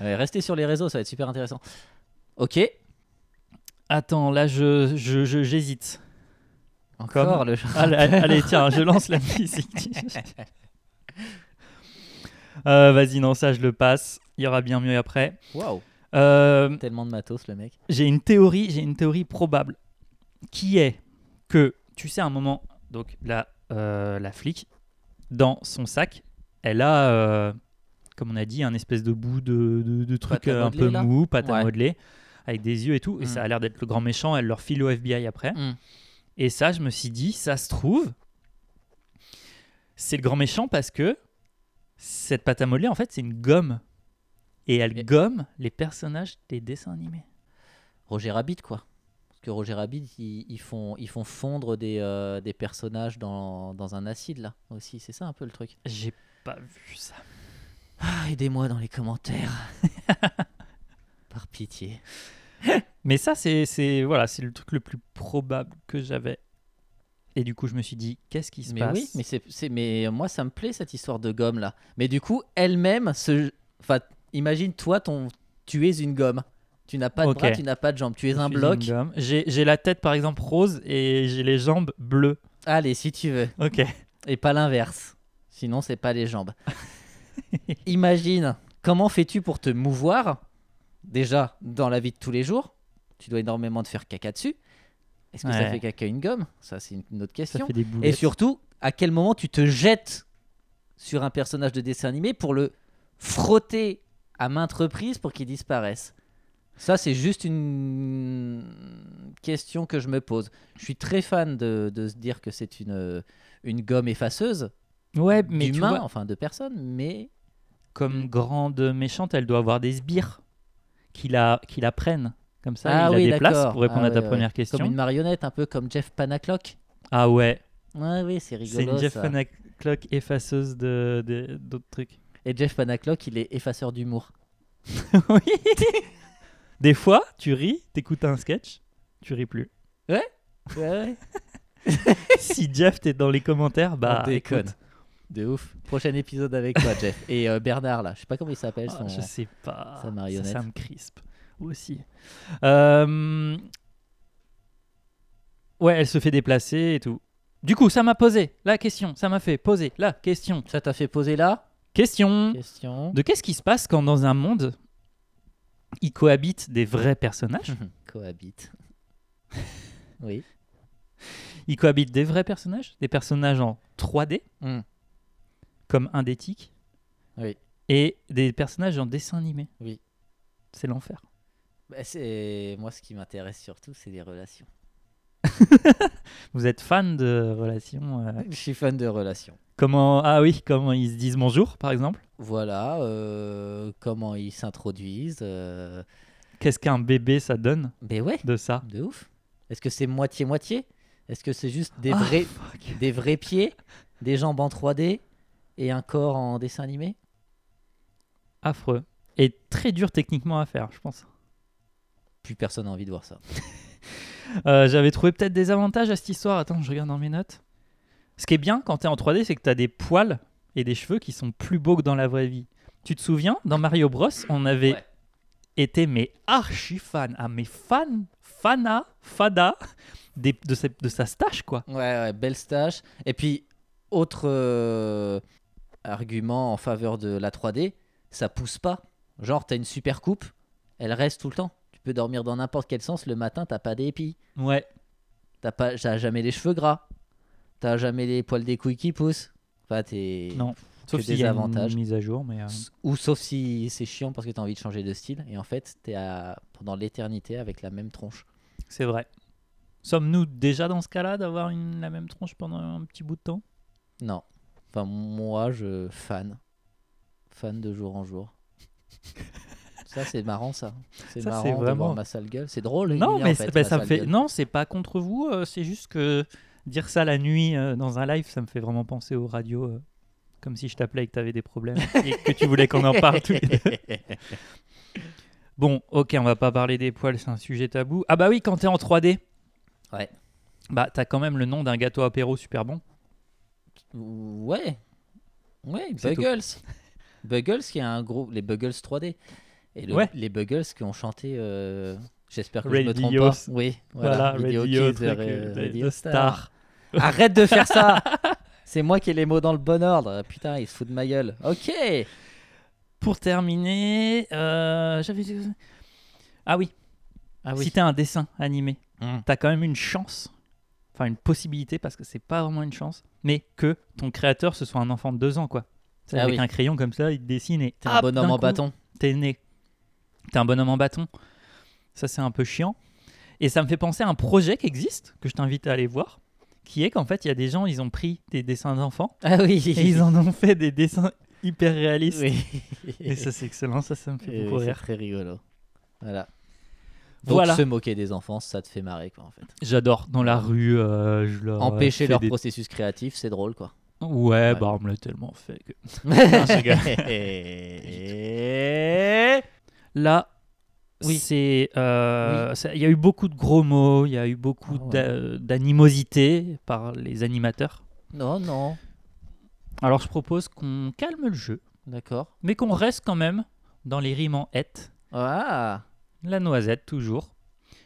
Speaker 3: Ouais, Restez sur les réseaux, ça va être super intéressant. Ok.
Speaker 2: Attends, là, je je- je- j'hésite.
Speaker 3: Encore le.
Speaker 2: allez, allez, allez, tiens, je lance la musique. Euh, Vas-y, non, ça, je le passe. Il y aura bien mieux après.
Speaker 3: Waouh.
Speaker 2: Euh,
Speaker 3: Tellement de matos, le mec.
Speaker 2: j'ai une théorie, j'ai une théorie probable, qui est que, tu sais, à un moment, donc la, euh, la flic, dans son sac, elle a, euh, comme on a dit, un espèce de bout de, de, de truc
Speaker 3: Pâte à
Speaker 2: euh, un
Speaker 3: modeler,
Speaker 2: peu
Speaker 3: là
Speaker 2: mou, pâte à
Speaker 3: Ouais.
Speaker 2: modeler, avec des yeux et tout, et
Speaker 3: Mm.
Speaker 2: ça a l'air d'être le grand méchant, elle leur file au FBI après.
Speaker 3: Mm.
Speaker 2: Et ça, je me suis dit, ça se trouve, c'est le grand méchant parce que cette pâte à modeler, en fait, c'est une gomme. Et elle
Speaker 3: Et-
Speaker 2: gomme les personnages des dessins animés.
Speaker 3: Roger Rabbit, quoi. Parce que Roger Rabbit, ils, ils font, ils font fondre des, euh, des personnages dans, dans un acide, là, aussi. C'est ça un peu le truc.
Speaker 2: J'ai pas vu ça.
Speaker 3: Ah, aidez-moi dans les commentaires. Par pitié.
Speaker 2: Mais ça, c'est c'est- voilà, c'est le truc le plus probable que j'avais. Et du coup, je me suis dit, qu'est-ce qui se
Speaker 3: mais
Speaker 2: passe
Speaker 3: oui, mais c'est, c'est- mais moi ça me plaît cette histoire de gomme là. Mais du coup, elle-même, se, enfin, imagine toi, ton, tu es une gomme. Tu n'as pas de
Speaker 2: Ok.
Speaker 3: bras, tu n'as pas de jambes, tu es
Speaker 2: Je
Speaker 3: un
Speaker 2: suis une
Speaker 3: bloc.
Speaker 2: gomme. J'ai j'ai la tête, par exemple, rose et j'ai les jambes bleues.
Speaker 3: Allez, si tu veux,
Speaker 2: Ok.
Speaker 3: et pas l'inverse. Sinon, c'est pas les jambes. imagine, comment fais-tu pour te mouvoir Déjà, dans la vie de tous les jours, tu dois énormément te faire caca dessus. Est-ce que ça
Speaker 2: Ouais.
Speaker 3: fait caca une gomme Ça, c'est une autre
Speaker 2: Ça
Speaker 3: question.
Speaker 2: fait des boules.
Speaker 3: Et surtout, à quel moment tu te jettes sur un personnage de dessin animé pour le frotter à maintes reprises pour qu'il disparaisse Ça, c'est juste une question que je me pose. Je suis très fan de, de se dire que c'est une, une gomme effaceuse
Speaker 2: Ouais, mais tu
Speaker 3: d'humains,
Speaker 2: vois,
Speaker 3: enfin de personnes, mais
Speaker 2: comme
Speaker 3: hmm.
Speaker 2: grande méchante, elle doit avoir des sbires qui la, qui la prennent. Comme ça,
Speaker 3: Ah
Speaker 2: il
Speaker 3: oui,
Speaker 2: la déplace
Speaker 3: d'accord.
Speaker 2: pour répondre
Speaker 3: Ah
Speaker 2: à ta
Speaker 3: ouais, ouais.
Speaker 2: première question.
Speaker 3: comme une marionnette, un peu comme Jeff Panaclock.
Speaker 2: Ah ouais,
Speaker 3: Ouais, oui, c'est rigolo.
Speaker 2: c'est une Jeff
Speaker 3: ça.
Speaker 2: Panaclock effaceuse de- de- d'autres trucs.
Speaker 3: Et Jeff Panaclock, il est effaceur d'humour.
Speaker 2: oui. Des fois, tu ris, t'écoutes un sketch, tu ris plus. si Jeff t'es dans les commentaires, bah.
Speaker 3: On déconne.
Speaker 2: écoute,
Speaker 3: De ouf. Prochain épisode avec toi, Jeff. Et euh, Bernard, là. Je sais pas comment il s'appelle.
Speaker 2: ah,
Speaker 3: son-
Speaker 2: je sais pas.
Speaker 3: euh, sa marionnette.
Speaker 2: Ça, ça me crispe aussi. Euh, Ouais, elle se fait déplacer et tout. Du coup, ça m'a posé la question. Ça m'a fait poser la question.
Speaker 3: Ça t'a fait poser là
Speaker 2: Question
Speaker 3: Question.
Speaker 2: de qu'est-ce qui se passe quand dans un monde il cohabite des vrais personnages
Speaker 3: Mhm. Cohabite. oui.
Speaker 2: Il cohabite des vrais personnages, des personnages en 3D,
Speaker 3: Mm.
Speaker 2: comme Indétique,
Speaker 3: Oui.
Speaker 2: et des personnages en dessin animé.
Speaker 3: Oui.
Speaker 2: C'est l'enfer.
Speaker 3: Bah, c'est... Moi, ce qui m'intéresse surtout, c'est les relations.
Speaker 2: Vous êtes fan de relations euh,
Speaker 3: Je suis fan de relations.
Speaker 2: Comment Ah oui, comment ils se disent bonjour, par exemple
Speaker 3: Voilà. euh, comment ils s'introduisent. euh,
Speaker 2: Qu'est-ce qu'un bébé ça donne
Speaker 3: Mais ouais,
Speaker 2: de ça
Speaker 3: de ouf. Est-ce que c'est moitié-moitié Est-ce que c'est juste des
Speaker 2: Ah,
Speaker 3: vrais,
Speaker 2: fuck.
Speaker 3: des vrais pieds, des jambes en 3D et un corps en dessin animé
Speaker 2: Affreux. Et très dur techniquement à faire, je pense.
Speaker 3: Plus personne n'a envie de voir ça.
Speaker 2: Euh, J'avais trouvé peut-être des avantages à cette histoire. Attends, je regarde dans mes notes. Ce qui est bien quand t'es en 3D, c'est que t'as des poils et des cheveux qui sont plus beaux que dans la vraie vie. Tu te souviens, dans Mario Bros, on avait
Speaker 3: Ouais.
Speaker 2: été mais archi fan, ah mais fan, fana, fada des- de, sa- de sa stache quoi.
Speaker 3: Ouais, ouais, belle stache. Et puis, autre euh, argument en faveur de la 3D, ça pousse pas. Genre, t'as une super coupe, elle reste tout le temps. Tu peux dormir dans n'importe quel sens, le matin, t'as pas d'épis.
Speaker 2: Ouais.
Speaker 3: T'as pas, t'as jamais les cheveux gras. T'as jamais les poils des couilles qui poussent. Enfin, t'es.
Speaker 2: Non. Sauf
Speaker 3: des
Speaker 2: s'il y a
Speaker 3: avantages.
Speaker 2: une mise à jour, mais euh,
Speaker 3: Ou sauf si c'est chiant parce que t'as envie de changer de style. Et en fait, t'es à... pendant l'éternité avec la même tronche.
Speaker 2: c'est vrai. Sommes-nous déjà dans ce cas-là d'avoir une- la même tronche pendant un petit bout de temps
Speaker 3: Non. Enfin, moi, je. fan. Fan de jour en jour. ça, c'est marrant, ça. C'est
Speaker 2: Ça,
Speaker 3: marrant
Speaker 2: c'est
Speaker 3: de
Speaker 2: vraiment-
Speaker 3: voir ma sale gueule. C'est drôle. il
Speaker 2: Non,
Speaker 3: est,
Speaker 2: mais
Speaker 3: en fait,
Speaker 2: c'est- bah,
Speaker 3: ma
Speaker 2: ça me
Speaker 3: sale
Speaker 2: fait.
Speaker 3: gueule.
Speaker 2: Non, c'est pas contre vous. euh, c'est juste que dire ça la nuit euh, dans un live, ça me fait vraiment penser aux radios. euh, comme si je t'appelais et que t'avais des problèmes et que tu voulais qu'on en parle tous les deux. Bon, ok, on va pas parler des poils, c'est un sujet tabou. Ah bah oui, quand t'es en 3D.
Speaker 3: Ouais.
Speaker 2: Bah t'as quand même le nom d'un gâteau apéro super bon.
Speaker 3: Ouais. Ouais,
Speaker 2: C'est tout.
Speaker 3: Buggles. Buggles, qui est un groupe. Les Buggles 3D. Et le-
Speaker 2: Ouais.
Speaker 3: les Buggles qui ont chanté. euh, J'espère que je me trompe
Speaker 2: Radio-
Speaker 3: pas. Oui,
Speaker 2: Voilà,
Speaker 3: voilà. Video
Speaker 2: Radio,
Speaker 3: Kids,
Speaker 2: truc,
Speaker 3: euh,
Speaker 2: euh,
Speaker 3: Radio
Speaker 2: de
Speaker 3: Star.
Speaker 2: star.
Speaker 3: Arrête de faire ça C'est moi qui ai les mots dans le bon ordre. Putain, il se fout de ma gueule. Ok
Speaker 2: Pour terminer, euh, j'avais. Ah oui,
Speaker 3: Ah
Speaker 2: si t'as un dessin animé,
Speaker 3: Mm.
Speaker 2: t'as quand même une chance, enfin une possibilité, parce que c'est pas vraiment une chance, mais que ton créateur ce soit un enfant de deux ans, quoi. Tu sais,
Speaker 3: Ah
Speaker 2: avec
Speaker 3: oui.
Speaker 2: un crayon comme ça, il te dessine et
Speaker 3: T'es un
Speaker 2: hop,
Speaker 3: bonhomme
Speaker 2: Ah, d'un
Speaker 3: en
Speaker 2: coup,
Speaker 3: bâton.
Speaker 2: T'es né. T'es un bonhomme en bâton. Ça, c'est un peu chiant. Et ça me fait penser à un projet qui existe, que je t'invite à aller voir, qui est qu'en fait, il y a des gens, ils ont pris des dessins d'enfants
Speaker 3: Ah oui.
Speaker 2: et ils en ont fait des dessins hyper réalistes.
Speaker 3: Oui.
Speaker 2: Et ça, c'est excellent, ça, ça me fait
Speaker 3: Et
Speaker 2: beaucoup
Speaker 3: oui, c'est
Speaker 2: rire.
Speaker 3: très rigolo. Voilà. Donc
Speaker 2: Voilà.
Speaker 3: se moquer des enfants, ça te fait marrer quoi en fait.
Speaker 2: J'adore. Dans la rue, euh, je leur. euh,
Speaker 3: Empêcher
Speaker 2: fais
Speaker 3: leur
Speaker 2: des-
Speaker 3: processus créatif, c'est drôle quoi.
Speaker 2: Ouais,
Speaker 3: Ouais.
Speaker 2: bah on me l'a tellement fait que. je rigole.
Speaker 3: Et-
Speaker 2: Là,
Speaker 3: Oui.
Speaker 2: C'est, euh, ça- il y a eu beaucoup de gros mots, il y a eu beaucoup
Speaker 3: Ah ouais.
Speaker 2: d'a- d'animosité par les animateurs.
Speaker 3: Non, non.
Speaker 2: Alors je propose qu'on calme le jeu,
Speaker 3: D'accord.
Speaker 2: mais qu'on reste quand même dans les rimes en hête,
Speaker 3: Ah,
Speaker 2: la noisette toujours.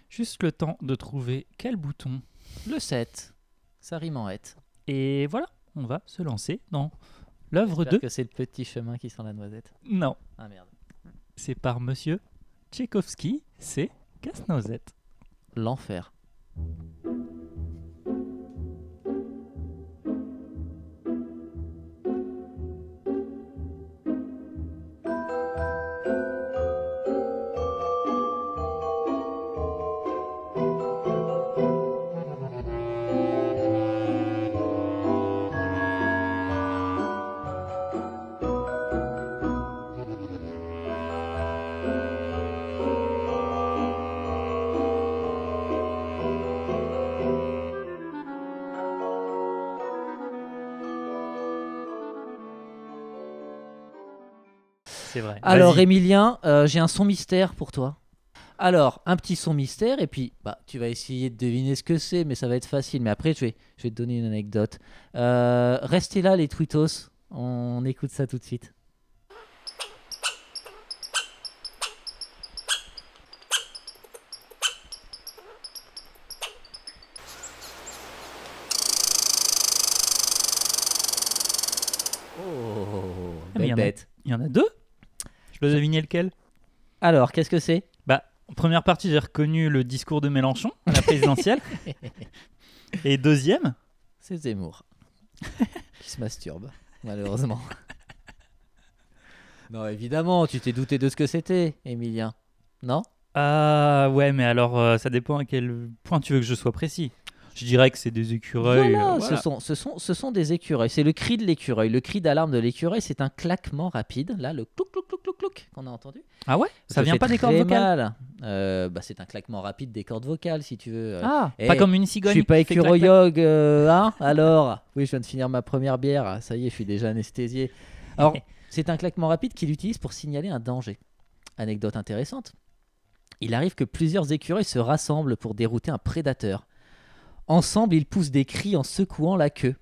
Speaker 2: Juste le temps de trouver quel bouton.
Speaker 3: le 7. Ça rime en hête.
Speaker 2: Et voilà, on va se lancer dans l'œuvre
Speaker 3: J'espère
Speaker 2: de...
Speaker 3: que c'est le petit chemin qui sent la noisette.
Speaker 2: Non,
Speaker 3: Ah merde.
Speaker 2: c'est par monsieur Tchaïkovski, c'est Casse-Noisette.
Speaker 3: L'enfer.
Speaker 2: C'est vrai.
Speaker 3: Alors,
Speaker 2: Vas-y.
Speaker 3: Emilien, euh, j'ai un son mystère pour toi. Alors, un petit son mystère, et puis bah, tu vas essayer de deviner ce que c'est, mais ça va être facile. Mais après, je vais, je vais te donner une anecdote. Euh, restez là, les twittos. On écoute ça tout de suite. Oh,
Speaker 2: Ah, mais
Speaker 3: belle
Speaker 2: il y en a-
Speaker 3: bête.
Speaker 2: Il y en a deux Je dois deviner lequel
Speaker 3: Alors, qu'est-ce que c'est
Speaker 2: Bah, en première partie, j'ai reconnu le discours de Mélenchon à la présidentielle. Et deuxième,
Speaker 3: C'est Zemmour. qui se masturbe, malheureusement. non, évidemment, tu t'es douté de ce que c'était, Emilien. Non
Speaker 2: ah ouais, mais alors euh, ça dépend à quel point tu veux que je sois précis. Je dirais que c'est des écureuils.
Speaker 3: Voilà,
Speaker 2: euh, voilà.
Speaker 3: Ce, sont, ce, sont, ce sont des écureuils. C'est le cri de l'écureuil. Le cri d'alarme de l'écureuil, c'est un claquement rapide. Là, le clouc, clouc, clouc, clouc, clouc qu'on a entendu.
Speaker 2: Ah ouais Ça
Speaker 3: te
Speaker 2: vient
Speaker 3: fait
Speaker 2: pas des cordes
Speaker 3: très
Speaker 2: vocales
Speaker 3: mal. Euh, bah, c'est un claquement rapide des cordes vocales, si tu veux. Euh,
Speaker 2: Ah,
Speaker 3: Eh,
Speaker 2: pas comme une
Speaker 3: Je
Speaker 2: cigogne.
Speaker 3: suis pas
Speaker 2: qui fait clac, clac.
Speaker 3: écureuilogue, euh, hein Alors Oui, je viens de finir ma première bière. Ça y est, je suis déjà anesthésié. Alors, c'est un claquement rapide qu'il utilise pour signaler un danger. Anecdote intéressante. Il arrive que plusieurs écureuils se rassemblent pour dérouter un prédateur. Ensemble, ils poussent des cris en secouant la queue.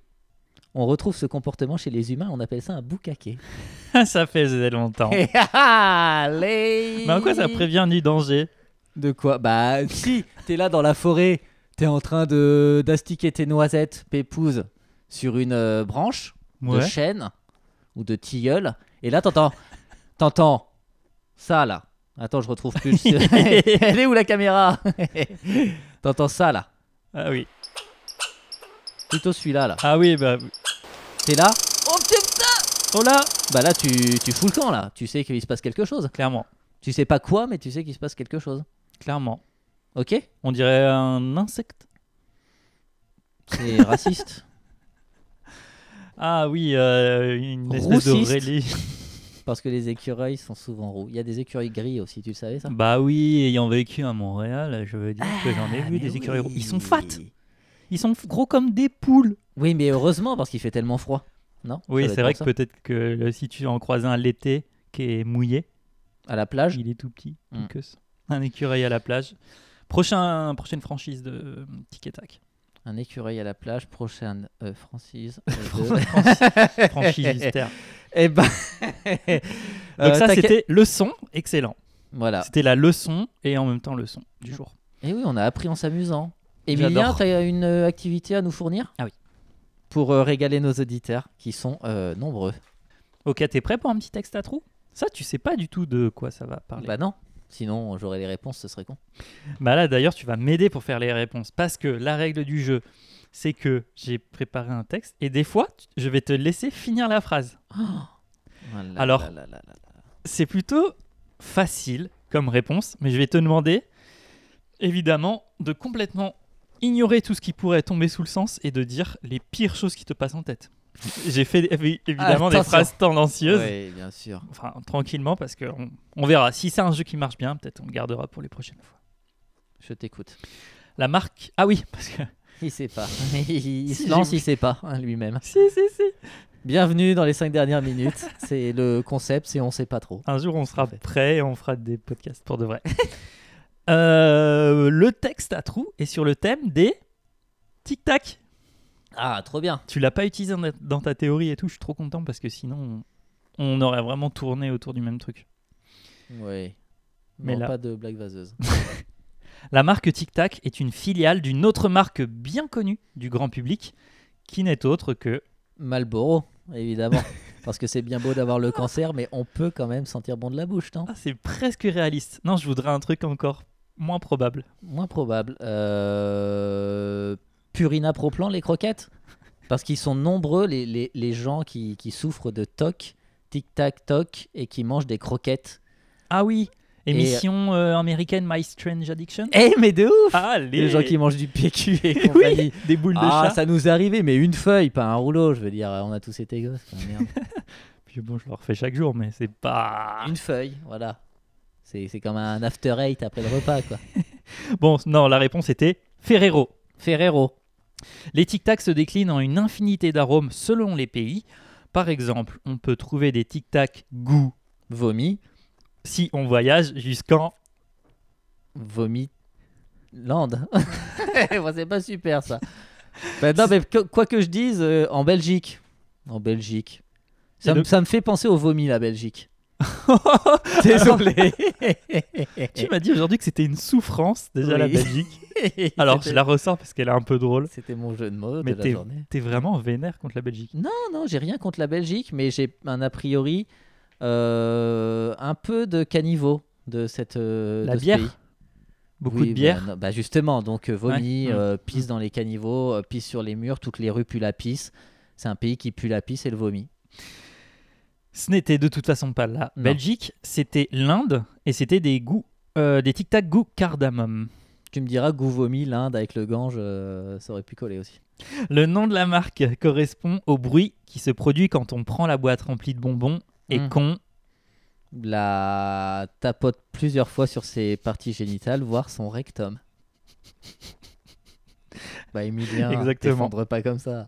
Speaker 3: On retrouve ce comportement chez les humains, on appelle ça un boucaquet.
Speaker 2: ça fait longtemps.
Speaker 3: Et allez
Speaker 2: mais en quoi ça prévient du danger
Speaker 3: De quoi Bah si, t'es là dans la forêt, t'es en train de d'astiquer tes noisettes pépouses sur une euh, branche de
Speaker 2: Ouais.
Speaker 3: chêne ou de tilleul, et là t'entends, t'entends ça là. Attends, je retrouve plus. Elle est où la caméra T'entends ça là
Speaker 2: Ah oui.
Speaker 3: Plutôt celui-là là.
Speaker 2: Ah oui, bah.
Speaker 3: T'es là
Speaker 2: Oh là
Speaker 3: Bah là tu, tu fous le camp là. Tu sais qu'il se passe quelque chose.
Speaker 2: Clairement,
Speaker 3: Tu sais pas quoi, mais tu sais qu'il se passe quelque chose.
Speaker 2: clairement.
Speaker 3: Ok
Speaker 2: On dirait un insecte.
Speaker 3: C'est raciste.
Speaker 2: Ah oui, euh, une espèce de
Speaker 3: Roussiste.
Speaker 2: relief.
Speaker 3: Parce que les écureuils sont souvent roux. Il y a des écureuils gris aussi, tu le savais ça
Speaker 2: Bah oui, ayant vécu à Montréal, je veux dire que j'en ai vu des écureuils. roux. Ah, Ils sont fat, ils sont gros comme des poules.
Speaker 3: Oui, mais heureusement parce qu'il fait tellement froid. Non
Speaker 2: Oui,
Speaker 3: Ça doit
Speaker 2: c'est
Speaker 3: être pour
Speaker 2: vrai que
Speaker 3: ça.
Speaker 2: peut-être que le- si tu en croises un l'été qui est mouillé,
Speaker 3: À la plage
Speaker 2: il est tout petit, tout
Speaker 3: Mm.
Speaker 2: queuse. Un écureuil à la plage. Prochain, prochaine franchise de euh, Tic et Tac.
Speaker 3: Un écureuil à la plage, prochaine euh, Francis. euh, de-
Speaker 2: Franchi- Franchise terre.
Speaker 3: Eh ben.
Speaker 2: Donc
Speaker 3: Euh,
Speaker 2: ça,
Speaker 3: t'as que-
Speaker 2: c'était leçon, excellent.
Speaker 3: Voilà.
Speaker 2: C'était la leçon et en même temps leçon du jour.
Speaker 3: Et oui, on a appris en s'amusant. Emilien,
Speaker 2: J'adore.
Speaker 3: t'as une euh, activité à nous fournir
Speaker 2: Ah oui.
Speaker 3: Pour euh, régaler nos auditeurs qui sont euh, nombreux.
Speaker 2: Ok, t'es prêt pour un petit texte à trous Ça, tu sais pas du tout de quoi ça va parler.
Speaker 3: Bah non. Sinon, j'aurais les réponses, ce serait con.
Speaker 2: Bah là, d'ailleurs, tu vas m'aider pour faire les réponses. Parce que la règle du jeu, c'est que j'ai préparé un texte et des fois, tu- je vais te laisser finir la phrase.
Speaker 3: Ah là
Speaker 2: Alors,
Speaker 3: là là là là.
Speaker 2: C'est plutôt facile comme réponse, mais je vais te demander, évidemment, de complètement ignorer tout ce qui pourrait tomber sous le sens et de dire les pires choses qui te passent en tête. J'ai fait évi- évidemment des
Speaker 3: Attention.
Speaker 2: phrases tendancieuses.
Speaker 3: Oui, bien sûr.
Speaker 2: Enfin, tranquillement, parce qu'on on verra. Si c'est un jeu qui marche bien, peut-être on le gardera pour les prochaines fois.
Speaker 3: Je t'écoute.
Speaker 2: La marque. Ah oui, parce que
Speaker 3: Il sait pas. il
Speaker 2: Si,
Speaker 3: se lance,
Speaker 2: j'ai-
Speaker 3: il sait pas hein, lui-même.
Speaker 2: Si, si, si.
Speaker 3: Bienvenue dans les 5 dernières minutes. c'est le concept, c'est on sait pas trop.
Speaker 2: Un jour, on sera prêt et on fera des podcasts pour de vrai. Euh, le texte à trous est sur le thème des tic-tac.
Speaker 3: Ah, trop bien.
Speaker 2: Tu l'as pas utilisé dans- dans ta théorie et tout. Je suis trop content parce que sinon, on, on aurait vraiment tourné autour du même truc.
Speaker 3: Oui.
Speaker 2: Mais
Speaker 3: Mais
Speaker 2: là-
Speaker 3: pas de blague vaseuse.
Speaker 2: La marque Tic Tac est une filiale d'une autre marque bien connue du grand public qui n'est autre que.
Speaker 3: Malboro, évidemment. Parce que c'est bien beau d'avoir le cancer, mais on peut quand même sentir bon de la bouche, non
Speaker 2: Ah, c'est presque réaliste. Non, je voudrais un truc encore moins probable.
Speaker 3: Moins probable. Euh, Purina Proplan, les croquettes Parce qu'ils sont nombreux, les, les- les gens qui, qui souffrent de toc, tic-tac-toc, et qui mangent des croquettes.
Speaker 2: Ah oui, émission euh, américaine My Strange Addiction.
Speaker 3: Eh, mais de ouf
Speaker 2: Ah,
Speaker 3: Les gens qui mangent du PQ et
Speaker 2: Oui,
Speaker 3: compagnie.
Speaker 2: des boules de
Speaker 3: ah,
Speaker 2: chat.
Speaker 3: ça nous est arrivé, mais une feuille, pas un rouleau. Je veux dire, on a tous été gosses. quoi, merde.
Speaker 2: Puis bon, je leur fais chaque jour, mais c'est pas.
Speaker 3: Une feuille, voilà. C'est c'est comme un after eight après le repas, quoi.
Speaker 2: Bon, non, la réponse était Ferrero.
Speaker 3: Ferrero.
Speaker 2: Les Tic Tac se déclinent en une infinité d'arômes selon les pays. Par exemple, on peut trouver des Tic Tac goût
Speaker 3: Vomi.
Speaker 2: si on voyage jusqu'en
Speaker 3: Vomi. Lande. Bon, c'est pas super, ça. Ben, non, mais que- quoi que je dise, euh, en Belgique. En Belgique.
Speaker 2: Et
Speaker 3: Ça, me-
Speaker 2: le-
Speaker 3: ça me fait penser au vomi, la Belgique. Désolé.
Speaker 2: Tu m'as dit aujourd'hui que c'était une souffrance déjà
Speaker 3: Oui.
Speaker 2: la Belgique. Alors je la ressors parce qu'elle est un peu drôle.
Speaker 3: C'était mon jeu de mots
Speaker 2: Mais
Speaker 3: de la journée.
Speaker 2: T'es vraiment vénère contre la Belgique.
Speaker 3: Non, non, j'ai rien contre la Belgique, mais j'ai un a priori euh, un peu de caniveau de cette euh,
Speaker 2: La
Speaker 3: de ce
Speaker 2: bière
Speaker 3: pays.
Speaker 2: Beaucoup
Speaker 3: Oui,
Speaker 2: de
Speaker 3: bah,
Speaker 2: bière.
Speaker 3: non, Bah, justement, donc euh, vomi,
Speaker 2: Ouais. Mm.
Speaker 3: euh, pisse dans les caniveaux, euh, pisse sur les murs, toutes les rues puent la pisse. C'est un pays qui pue la pisse et le vomi.
Speaker 2: Ce n'était de toute façon pas la
Speaker 3: Non.
Speaker 2: Belgique, c'était l'Inde et c'était des goûts, euh, des Tic Tac goût cardamome.
Speaker 3: Tu me diras goût vomi, l'Inde avec le Gange, euh, ça aurait pu coller aussi.
Speaker 2: Le nom de la marque correspond au bruit qui se produit quand on prend la boîte remplie de bonbons et
Speaker 3: Mm.
Speaker 2: qu'on
Speaker 3: La tapote plusieurs fois sur ses parties génitales, voire son rectum. bah Emilien,
Speaker 2: Exactement.
Speaker 3: t'effondre pas comme ça.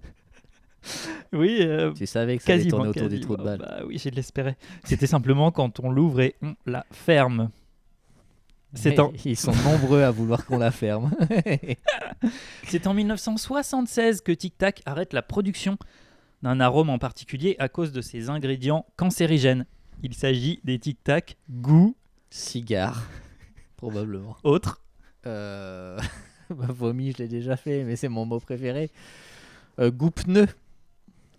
Speaker 2: Oui, euh,
Speaker 3: Tu savais que ça allait
Speaker 2: quasiment.
Speaker 3: tourner autour du
Speaker 2: quasiment.
Speaker 3: trou de balle.
Speaker 2: Bah oui, j'ai de l'espérer. C'était simplement quand on l'ouvre et on la ferme. C'est
Speaker 3: Mais
Speaker 2: en,
Speaker 3: Ils sont nombreux à vouloir qu'on la ferme.
Speaker 2: c'est en 1976 que Tic Tac arrête la production d'un arôme en particulier à cause de ses ingrédients cancérigènes. Il s'agit des Tic Tac goût
Speaker 3: Cigare, probablement.
Speaker 2: autre.
Speaker 3: Euh... bah, vomi, je l'ai déjà fait, mais c'est mon mot préféré. Euh, goût pneu.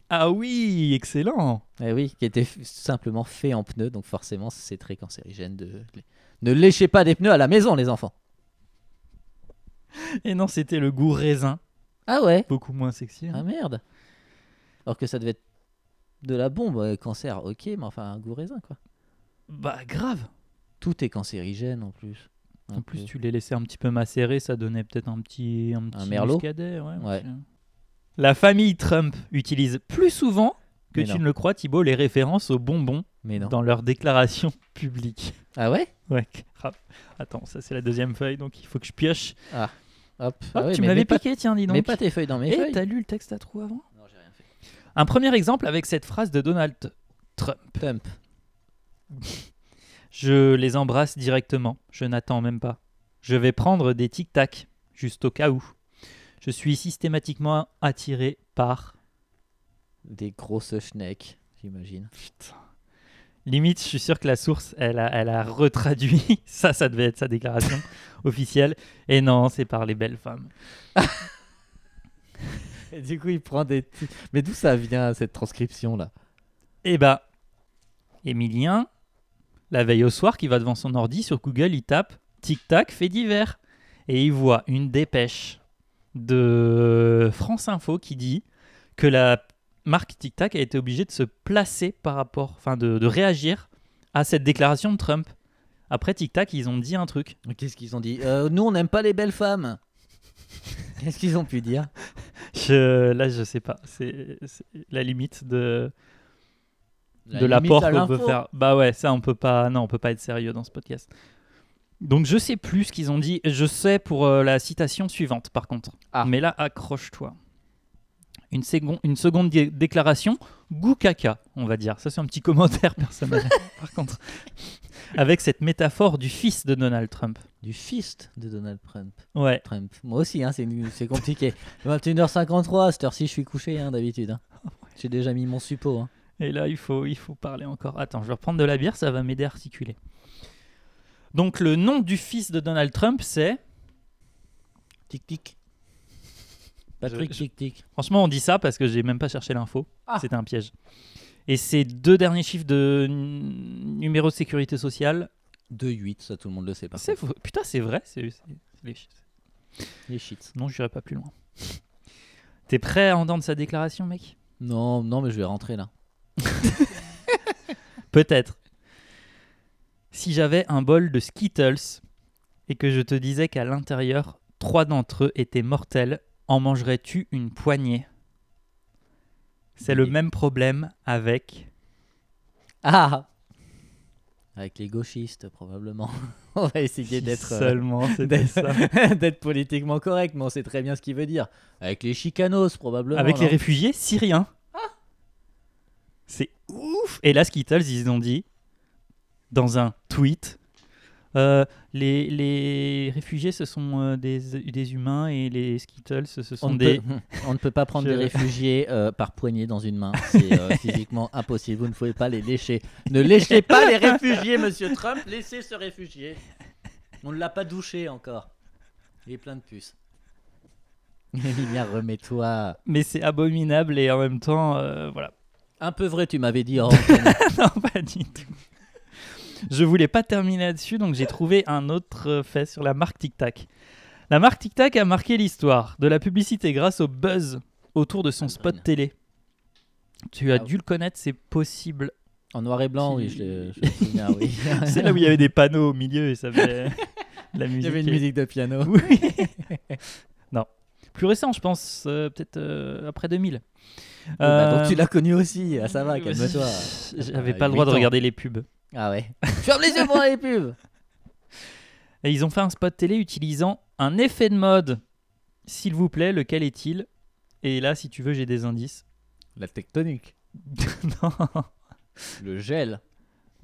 Speaker 2: Ah oui, excellent.
Speaker 3: Eh oui, qui était f- simplement fait en pneu, donc forcément c'est très cancérigène. De... Ne léchez pas des pneus à la maison, les enfants.
Speaker 2: Et non, c'était le goût raisin,
Speaker 3: Ah ouais
Speaker 2: beaucoup moins sexy.
Speaker 3: Ah merde. Alors que ça devait être de la bombe, euh, cancer, ok, mais enfin un goût raisin quoi.
Speaker 2: Bah grave.
Speaker 3: Tout est cancérigène en plus. euh, Un
Speaker 2: En plus,
Speaker 3: peu.
Speaker 2: tu les laissais un petit peu macérer, ça donnait peut-être un petit, un petit
Speaker 3: merlot
Speaker 2: muscadet, ouais, un
Speaker 3: Ouais.
Speaker 2: petit- La famille Trump utilise plus souvent que
Speaker 3: Mais
Speaker 2: tu
Speaker 3: non.
Speaker 2: ne le crois, Thibault, les références aux bonbons
Speaker 3: Mais non.
Speaker 2: dans leurs déclarations publiques.
Speaker 3: Ah ouais
Speaker 2: Ouais, crap. Attends, ça c'est la deuxième feuille, donc il faut que je pioche.
Speaker 3: Hop.
Speaker 2: Hop,
Speaker 3: ah ouais,
Speaker 2: tu
Speaker 3: mais
Speaker 2: m'avais
Speaker 3: mets pas-
Speaker 2: piqué, tiens, dis donc.
Speaker 3: Mets pas tes feuilles dans mes
Speaker 2: Eh,
Speaker 3: feuilles.
Speaker 2: t'as lu le texte à trous avant
Speaker 3: Non, j'ai rien fait.
Speaker 2: Un premier exemple avec cette phrase de Donald Trump.
Speaker 3: Trump.
Speaker 2: Je les embrasse directement, je n'attends même pas. Je vais prendre des tic-tac, juste au cas où. Je suis systématiquement attiré par...
Speaker 3: Des grosses schnecks, j'imagine.
Speaker 2: Limite, je suis sûr que la source, elle a, elle a retraduit. Ça, ça devait être sa déclaration officielle. Et non, c'est par les belles femmes.
Speaker 3: Et du coup, il prend des. Mais d'où ça vient cette transcription là
Speaker 2: Eh bah, Emilien, la veille au soir, qui va devant son ordi sur Google, il tape tic-tac fait divers. Et il voit une dépêche de France Info qui dit que la marque Tic Tac a été obligée de se placer par rapport, enfin de, de réagir à cette déclaration de Trump. Après Tic Tac, ils ont dit un truc.
Speaker 3: Qu'est-ce qu'ils ont dit Euh, Nous, on n'aime pas les belles femmes. Qu'est-ce qu'ils ont pu dire
Speaker 2: Je- là, je sais pas. C'est c'est la limite de, de
Speaker 3: limite
Speaker 2: l'apport
Speaker 3: à
Speaker 2: qu'on peut
Speaker 3: l'info.
Speaker 2: faire. Bah ouais, ça on peut pas, non, on peut pas être sérieux dans ce podcast. Donc je sais plus ce qu'ils ont dit. Je sais pour euh, la citation suivante, par contre.
Speaker 3: Ah.
Speaker 2: Mais là, accroche-toi. une, seconde, une seconde dé- déclaration, goût caca, on va dire. Ça, c'est un petit commentaire personnel, par contre. Avec cette métaphore du fils de Donald Trump.
Speaker 3: Du fist de Donald Trump.
Speaker 2: Ouais.
Speaker 3: Trump. Moi aussi, hein, c'est, c'est compliqué. 21h53, cette heure-ci, je suis couché hein, d'habitude. hein. J'ai déjà mis mon suppôt. hein.
Speaker 2: Et là, il faut, il faut parler encore. Attends, je vais reprendre de la bière, ça va m'aider à articuler. Donc, le nom du fils de Donald Trump, c'est.
Speaker 3: Tic tic. Patrick
Speaker 2: Je- je-
Speaker 3: tic tic.
Speaker 2: Franchement, on dit ça parce que j'ai même pas cherché l'info.
Speaker 3: Ah.
Speaker 2: C'était un piège. Et ces deux derniers chiffres de n- numéro de sécurité sociale,
Speaker 3: 2-8, ça tout le monde le sait pas.
Speaker 2: c'est fou- putain, c'est vrai. C'est c'est- c'est les chiffres.
Speaker 3: Les shits.
Speaker 2: Non, j'irai pas plus loin. T'es prêt à entendre sa déclaration, mec
Speaker 3: Non, non, mais je vais rentrer là.
Speaker 2: Peut-être. Si j'avais un bol de Skittles et que je te disais qu'à l'intérieur, trois d'entre eux étaient mortels, en mangerais-tu une poignée C'est le
Speaker 3: Oui.
Speaker 2: même problème avec.
Speaker 3: Ah Avec les gauchistes, probablement. on va essayer d'être. euh,
Speaker 2: Seulement, c'était
Speaker 3: d'être-
Speaker 2: ça.
Speaker 3: d'être politiquement correct, mais on sait très bien ce qu'il veut dire. Avec les chicanos, probablement.
Speaker 2: Avec les
Speaker 3: non
Speaker 2: réfugiés syriens.
Speaker 3: Ah.
Speaker 2: C'est ouf Et là, Skittles, ils ont dit, dans un tweet, euh, les, les réfugiés, ce sont euh, des, des humains et les Skittles, ce
Speaker 3: on,
Speaker 2: sont
Speaker 3: ne
Speaker 2: des...
Speaker 3: peut, on ne peut pas prendre
Speaker 2: Je-
Speaker 3: des réfugiés euh, par poignée dans une main. C'est euh, physiquement impossible. Vous ne pouvez pas les lécher. Ne léchez pas les réfugiés, monsieur Trump. Laissez ce réfugié. On ne l'a pas douché encore. Il est plein de puces. Emilia, remets-toi.
Speaker 2: Mais c'est abominable et en même temps, euh, voilà.
Speaker 3: Un peu vrai, tu m'avais dit. hors antenne.
Speaker 2: non, pas du tout. Je voulais pas terminer là-dessus, donc j'ai trouvé un autre euh, fait sur la marque Tic Tac. La marque Tic Tac a marqué l'histoire de la publicité grâce au buzz autour de son spot
Speaker 3: Bonne.
Speaker 2: télé. Tu as
Speaker 3: Ah
Speaker 2: dû le connaître, c'est possible.
Speaker 3: en noir et blanc, oui, je le je me souviens, oui.
Speaker 2: C'est là où il y avait des panneaux au milieu et ça faisait de la musique.
Speaker 3: Il y avait une
Speaker 2: et-
Speaker 3: musique de piano.
Speaker 2: Oui. non. Plus récent, je pense, euh, peut-être euh, après 2000.
Speaker 3: Bah,
Speaker 2: Euh,
Speaker 3: donc tu l'as connu aussi. Ah, ça va, calme-toi.
Speaker 2: J'avais
Speaker 3: Euh,
Speaker 2: pas le droit de
Speaker 3: huit ans.
Speaker 2: regarder les pubs.
Speaker 3: Ah ouais. Ferme les yeux pour les pubs.
Speaker 2: Et ils ont fait un spot télé utilisant un effet de mode. S'il vous plaît, lequel est-il Et là, si tu veux, j'ai des indices.
Speaker 3: La tectonique.
Speaker 2: non.
Speaker 3: Le gel.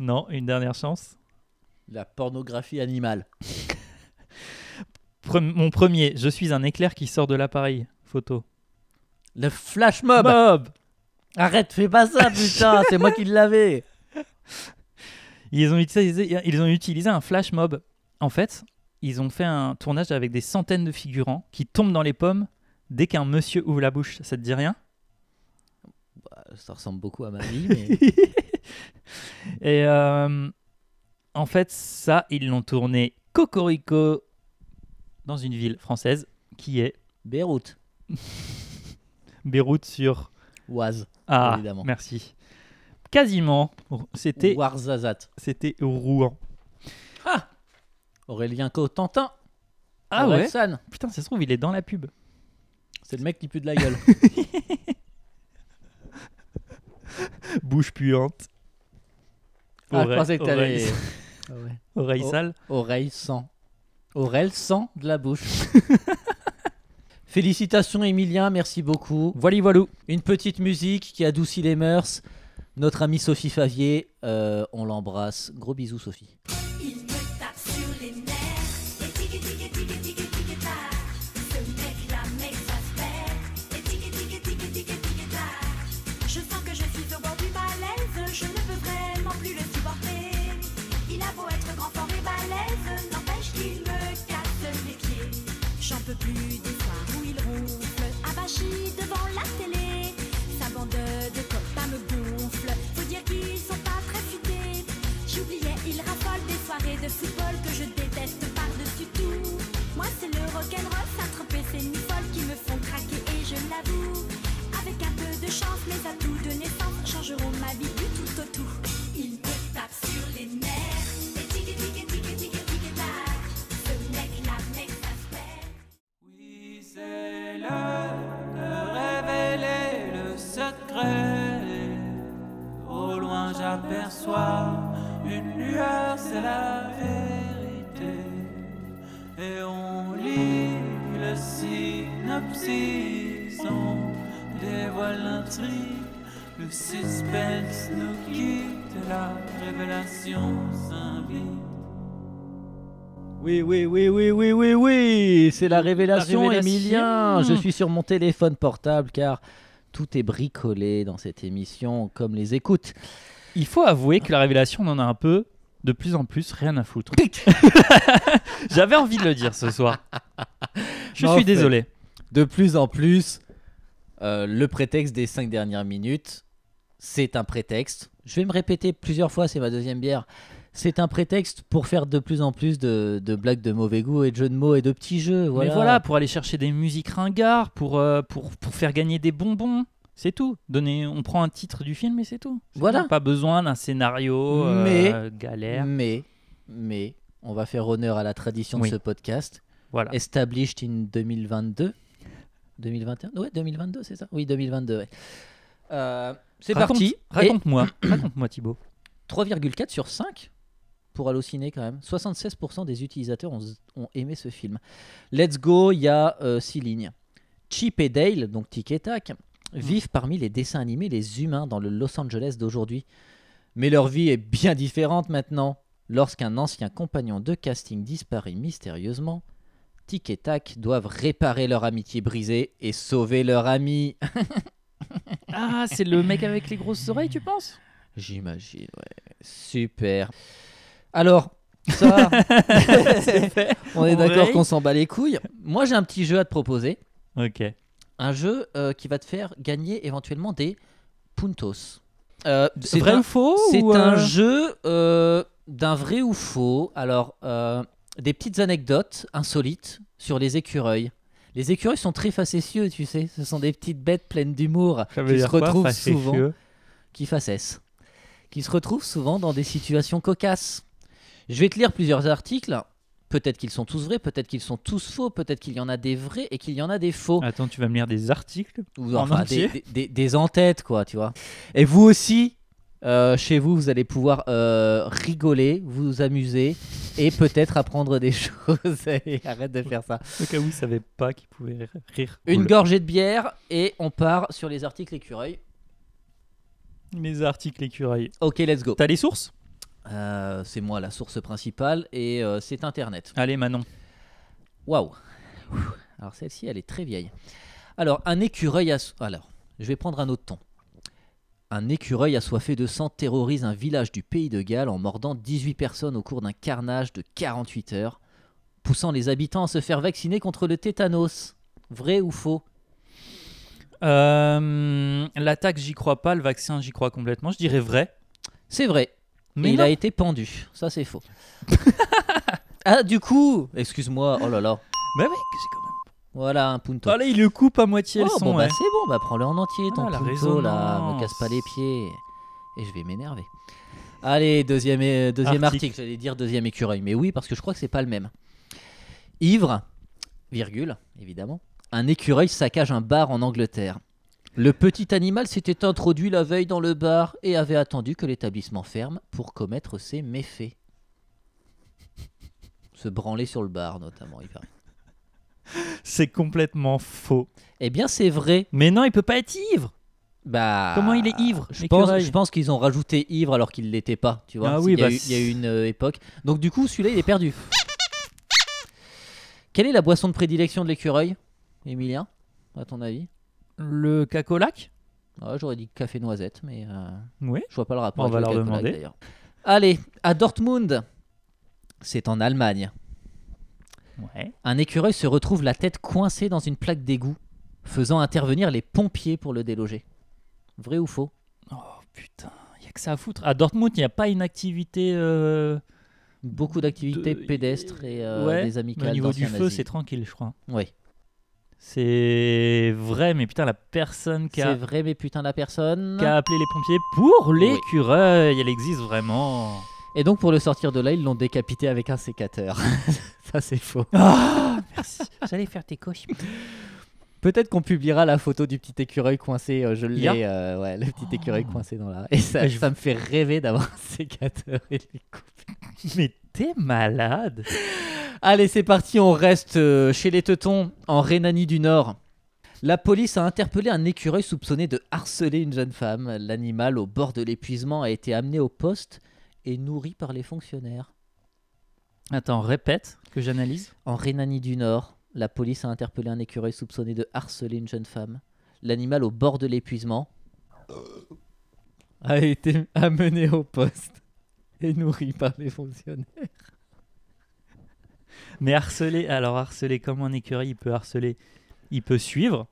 Speaker 2: non, une dernière chance.
Speaker 3: La pornographie animale.
Speaker 2: Pre- mon premier, je suis un éclair qui sort de l'appareil. Photo.
Speaker 3: Le flash mob.
Speaker 2: Mob
Speaker 3: Arrête, fais pas ça, putain. c'est moi qui l'avais.
Speaker 2: Ils ont, utilisé, ils ont utilisé un flash mob. En fait, ils ont fait un tournage avec des centaines de figurants qui tombent dans les pommes dès qu'un monsieur ouvre la bouche. Ça te dit rien
Speaker 3: Ça ressemble beaucoup à ma vie, mais
Speaker 2: Et euh, en fait, ça, ils l'ont tourné Cocorico dans une ville française qui est
Speaker 3: Beyrouth.
Speaker 2: Beyrouth sur.
Speaker 3: Oise.
Speaker 2: Ah,
Speaker 3: Évidemment.
Speaker 2: merci. Quasiment. C'était
Speaker 3: Warzazat.
Speaker 2: c'était Rouen.
Speaker 3: Aurélien Cotentin.
Speaker 2: Ah ouais
Speaker 3: Orelsan.
Speaker 2: Putain, ça se trouve, il est dans la pub.
Speaker 3: C'est le mec qui pue de la gueule.
Speaker 2: Bouche puante.
Speaker 3: ah, je
Speaker 2: Aurel-
Speaker 3: pensais que t'allais.
Speaker 2: Aurel-
Speaker 3: Ah ouais.
Speaker 2: Oreille
Speaker 3: Oh.
Speaker 2: sale.
Speaker 3: Oreille sang. Aurel sang de la bouche. Félicitations, Emilien. Merci beaucoup.
Speaker 2: Voilà, voilà.
Speaker 3: Une petite musique qui adoucit les mœurs. Notre amie Sophie Favier, euh, on l'embrasse. Gros bisous Sophie.
Speaker 10: Il me tape sur les nerfs. Et tic tic tic tic tic tac. Ce mec là m'exaspère. Et tic tic tic tic tic tac. Je sens que je suis au bord du malaise. Je ne peux vraiment plus le supporter. Il a beau être grand fort et balèze, n'empêche qu'il me casse les pieds. J'en peux plus des soirs où il ronfle, abachi devant la télé. Sa bande de copains me gonfle. Faut dire qu'ils sont pas très futés. J'oubliais, il raffole des soirées de football que je déteste par-dessus tout. Moi, c'est le rock'n'roll s'attraper, ces nuits folles qui me font craquer et je l'avoue. Avec un peu de chance, mes atouts de naissance changeront ma vie du tout au tout. Il me tape sur les nerfs. Et tic tic tic tic tic tac. Ce mec là m'exaspère.
Speaker 11: Oui, c'est l'heure de révéler le secret. Au loin, j'aperçois une lueur, c'est la vérité. Et on lit le synopsis en
Speaker 7: dévoile l'intrigue. Le suspense nous quitte, la révélation s'invite.
Speaker 3: Oui, oui, oui, oui, oui, oui, oui, c'est la révélation,
Speaker 9: révélation.
Speaker 3: Emilien. Je suis sur mon téléphone portable car tout est bricolé dans cette émission, comme les écoutes.
Speaker 2: Il faut avouer que la révélation, on en a un peu de plus en plus rien à foutre. J'avais envie de le dire ce soir. Je
Speaker 3: Non, en
Speaker 2: suis
Speaker 3: fait,
Speaker 2: désolé.
Speaker 3: De plus en plus, euh, le prétexte des cinq dernières minutes, c'est un prétexte. Je vais me répéter plusieurs fois, c'est ma deuxième bière. C'est un prétexte pour faire de plus en plus de, de blagues de mauvais goût et de jeux de mots et de petits jeux.
Speaker 2: Mais voilà, pour aller chercher des musiques ringards, pour, euh, pour, pour faire gagner des bonbons. C'est tout. Donner, on prend un titre du film et c'est tout. C'est
Speaker 3: Voilà.
Speaker 2: tout. Pas besoin d'un scénario euh,
Speaker 3: mais,
Speaker 2: galère.
Speaker 3: Mais, mais, on va faire honneur à la tradition
Speaker 2: Oui.
Speaker 3: de ce podcast.
Speaker 2: Voilà.
Speaker 3: Established in 2022. 2021 Ouais, 2022, c'est ça Oui, 2022, ouais. Euh, c'est
Speaker 2: Raconte-
Speaker 3: parti. Et
Speaker 2: Raconte-moi. Raconte-moi, Thibaut.
Speaker 3: 3,4 sur 5 pour Allociné quand même. 76% des utilisateurs ont, ont aimé ce film. Let's Go, il y a 6 lignes. Chip et Dale, donc Tic et Tac, vivent parmi les dessins animés les humains dans le Los Angeles d'aujourd'hui. Mais leur vie est bien différente maintenant. Lorsqu'un ancien compagnon de casting disparaît mystérieusement, Tic et Tac doivent réparer leur amitié brisée et sauver leur ami.
Speaker 2: Ah, c'est le mec avec les grosses oreilles, tu penses
Speaker 3: J'imagine, ouais. Super. Alors, ça, va.
Speaker 2: C'est fait.
Speaker 3: on est
Speaker 2: On
Speaker 3: d'accord
Speaker 2: raye.
Speaker 3: qu'on s'en bat les couilles. Moi, j'ai un petit jeu à te proposer.
Speaker 2: Ok.
Speaker 3: Un jeu euh, qui va te faire gagner éventuellement des puntos. Euh, c'est
Speaker 2: vrai
Speaker 3: un-
Speaker 2: ou faux
Speaker 3: C'est
Speaker 2: ou,
Speaker 3: un
Speaker 2: euh,
Speaker 3: jeu euh, d'un vrai ou faux. Alors, euh, des petites anecdotes insolites sur les écureuils. Les écureuils sont très facétieux, tu sais. Ce sont des petites bêtes pleines d'humour
Speaker 2: Ça veut
Speaker 3: qui se
Speaker 2: dire quoi,
Speaker 3: retrouvent
Speaker 2: facétieux
Speaker 3: souvent. Qui facessent. Qui se retrouvent souvent dans des situations cocasses. Je vais te lire plusieurs articles. Peut-être qu'ils sont tous vrais, peut-être qu'ils sont tous faux, peut-être qu'il y en a des vrais et qu'il y en a des faux.
Speaker 2: Attends, tu vas me lire des articles
Speaker 3: Ou
Speaker 2: en
Speaker 3: enfin,
Speaker 2: entier
Speaker 3: des, des, des- des entêtes, quoi, tu vois. Et vous aussi, euh, chez vous, vous allez pouvoir euh, rigoler, vous amuser et peut-être apprendre des choses. Et Arrête de faire ça.
Speaker 2: Au cas où ils savaient pas qu'ils pouvaient rire.
Speaker 3: Une
Speaker 2: Cool.
Speaker 3: gorgée de bière et on part sur les articles écureuils.
Speaker 2: Les articles écureuils.
Speaker 3: Ok, let's go.
Speaker 2: T'as les sources
Speaker 3: Euh, c'est moi la source principale et euh, c'est Internet.
Speaker 2: Allez, Manon.
Speaker 3: Waouh. Ouh. Alors celle-ci, elle est très vieille. Alors, un écureuil... asso- Alors, je vais prendre un autre ton. Un écureuil assoiffé de sang terrorise un village du pays de Galles en mordant 18 personnes au cours d'un carnage de 48 heures, poussant les habitants à se faire vacciner contre le tétanos. Vrai ou faux
Speaker 2: Euh, L'attaque, j'y crois pas. Le vaccin, j'y crois complètement. Je dirais vrai.
Speaker 3: C'est vrai.
Speaker 2: Mais
Speaker 3: Mais il
Speaker 2: non.
Speaker 3: a été pendu. Ça, c'est faux. ah, du coup, excuse-moi. Oh là là.
Speaker 2: Bah oui, que c'est quand même.
Speaker 3: Voilà un punto.
Speaker 2: Ah là, il le coupe à moitié
Speaker 3: Oh,
Speaker 2: le son.
Speaker 3: bon, bah
Speaker 2: ouais.
Speaker 3: c'est bon, bah prends-le en entier, ton
Speaker 2: Ah, la
Speaker 3: punto, là, me casse pas les pieds. Et je vais m'énerver. Allez, deuxième, euh, deuxième
Speaker 2: Article.
Speaker 3: article, j'allais dire deuxième écureuil, mais oui, parce que je crois que c'est pas le même. Ivre, virgule, évidemment, un écureuil saccage un bar en Angleterre. Le petit animal s'était introduit la veille dans le bar et avait attendu que l'établissement ferme pour commettre ses méfaits. Se branler sur le bar, notamment, il paraît.
Speaker 2: C'est complètement faux.
Speaker 3: Eh bien, c'est vrai.
Speaker 2: Mais non, il peut pas être ivre.
Speaker 3: Bah,
Speaker 2: Comment il est ivre,
Speaker 3: Je pense,
Speaker 2: l'écureuil
Speaker 3: je pense qu'ils ont rajouté ivre alors qu'il l'était pas. Tu vois,
Speaker 2: Ah oui,
Speaker 3: il, y a
Speaker 2: bah,
Speaker 3: eu, il y a eu une euh, époque. Donc du coup, celui-là, il est perdu. Quelle est la boisson de prédilection de l'écureuil, Emilien À ton avis
Speaker 2: Le cacolac
Speaker 3: Ah, J'aurais dit café noisette, mais euh,
Speaker 2: Oui.
Speaker 3: je vois pas le rapport.
Speaker 2: On va
Speaker 3: avec
Speaker 2: leur
Speaker 3: le Coca-Cola,
Speaker 2: demander.
Speaker 3: d'ailleurs. Allez, à Dortmund, c'est en Allemagne.
Speaker 2: Ouais.
Speaker 3: Un écureuil se retrouve la tête coincée dans une plaque d'égout, faisant intervenir les pompiers pour le déloger. Vrai ou faux
Speaker 2: Oh putain, il y a que ça à foutre. À Dortmund, il n'y a pas une activité. euh,
Speaker 3: Beaucoup d'activités
Speaker 2: De-
Speaker 3: pédestres et euh,
Speaker 2: ouais,
Speaker 3: des
Speaker 2: mais
Speaker 3: amicales.
Speaker 2: au niveau du
Speaker 3: d'anciens
Speaker 2: feu,
Speaker 3: nazis.
Speaker 2: c'est tranquille, je crois.
Speaker 3: Ouais.
Speaker 2: C'est vrai, mais putain, la personne qui a,
Speaker 3: C'est vrai, mais putain, la personne.
Speaker 2: qui a appelé les pompiers pour l'écureuil, elle existe vraiment.
Speaker 3: Et donc, pour le sortir de là, ils l'ont décapité avec un sécateur. Ça, c'est faux.
Speaker 2: Ah, Merci. J'allais faire tes coches.
Speaker 3: Peut-être qu'on publiera la photo du petit écureuil coincé. euh, je l'ai.
Speaker 2: Ya.
Speaker 3: euh, ouais, le petit écureuil coincé dans la. Et ça,
Speaker 2: Oh. Mais je-
Speaker 3: ça me fait rêver d'avoir un sécateur et les couper.
Speaker 2: Mais t'es malade.
Speaker 3: Allez, c'est parti. On reste euh, chez les Teutons, en Rhénanie du Nord. La police a interpellé un écureuil soupçonné de harceler une jeune femme. L'animal, au bord de l'épuisement, a été amené au poste et nourri par les fonctionnaires.
Speaker 2: Attends, répète que j'analyse.
Speaker 3: En Rhénanie du Nord, la police a interpellé un écureuil soupçonné de harceler une jeune femme. L'animal, au bord de l'épuisement, a été amené au poste et nourri par les fonctionnaires.
Speaker 2: Mais harceler, alors harceler comme un écureuil, il peut harceler, il peut suivre,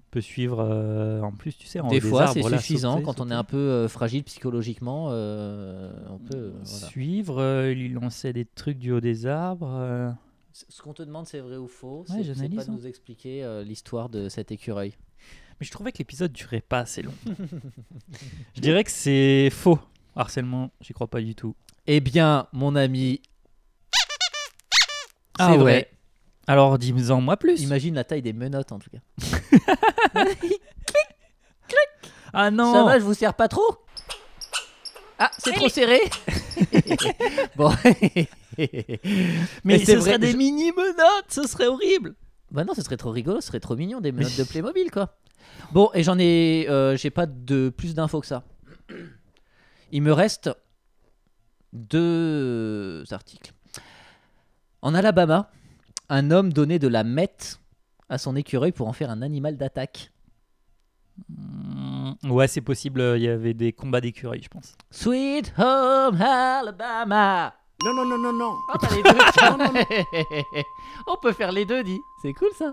Speaker 2: il peut suivre. euh, en plus, tu sais, en haut
Speaker 3: Des fois,
Speaker 2: arbres,
Speaker 3: c'est
Speaker 2: là,
Speaker 3: suffisant
Speaker 2: sauter,
Speaker 3: quand on est
Speaker 2: sauter.
Speaker 3: un peu euh, fragile psychologiquement. euh, on peut, euh, voilà.
Speaker 2: Suivre, euh, il lui lançait des trucs du haut des arbres. euh.
Speaker 3: Ce qu'on te demande, c'est vrai ou faux.
Speaker 2: Ouais,
Speaker 3: c'est- c'est
Speaker 2: j'analyse,
Speaker 3: pas de
Speaker 2: hein.
Speaker 3: nous expliquer euh, l'histoire de cet écureuil.
Speaker 2: Mais je trouvais que l'épisode durait pas assez longtemps. je dirais que c'est faux. Harcèlement, j'y crois pas du tout.
Speaker 3: Eh bien, mon ami.
Speaker 2: Ah
Speaker 3: c'est vrai.
Speaker 2: ouais. Alors dis-en moi plus.
Speaker 3: Imagine la taille des menottes en tout cas.
Speaker 2: Ah non.
Speaker 3: Ça va, je vous sers pas trop Ah, c'est trop serré Bon.
Speaker 2: Mais
Speaker 3: Et
Speaker 2: ce
Speaker 3: c'est
Speaker 2: serait
Speaker 3: vrai,
Speaker 2: des
Speaker 3: je-
Speaker 2: mini menottes, ce serait horrible.
Speaker 3: Bah non, ce serait trop rigolo, ce serait trop mignon des menottes de Playmobil quoi. Bon, et j'en ai euh, j'ai pas de plus d'infos que ça. Il me reste deux articles. En Alabama, un homme donnait de la mette à son écureuil pour en faire un animal d'attaque.
Speaker 2: Mm, Ouais, c'est possible. euh, Il y avait des combats d'écureuils, je pense.
Speaker 3: Sweet home Alabama.
Speaker 8: Non, non, non, non, non.
Speaker 3: Ah, t'as les deux.
Speaker 8: Non, non,
Speaker 3: On peut faire les deux, dit. C'est cool ça.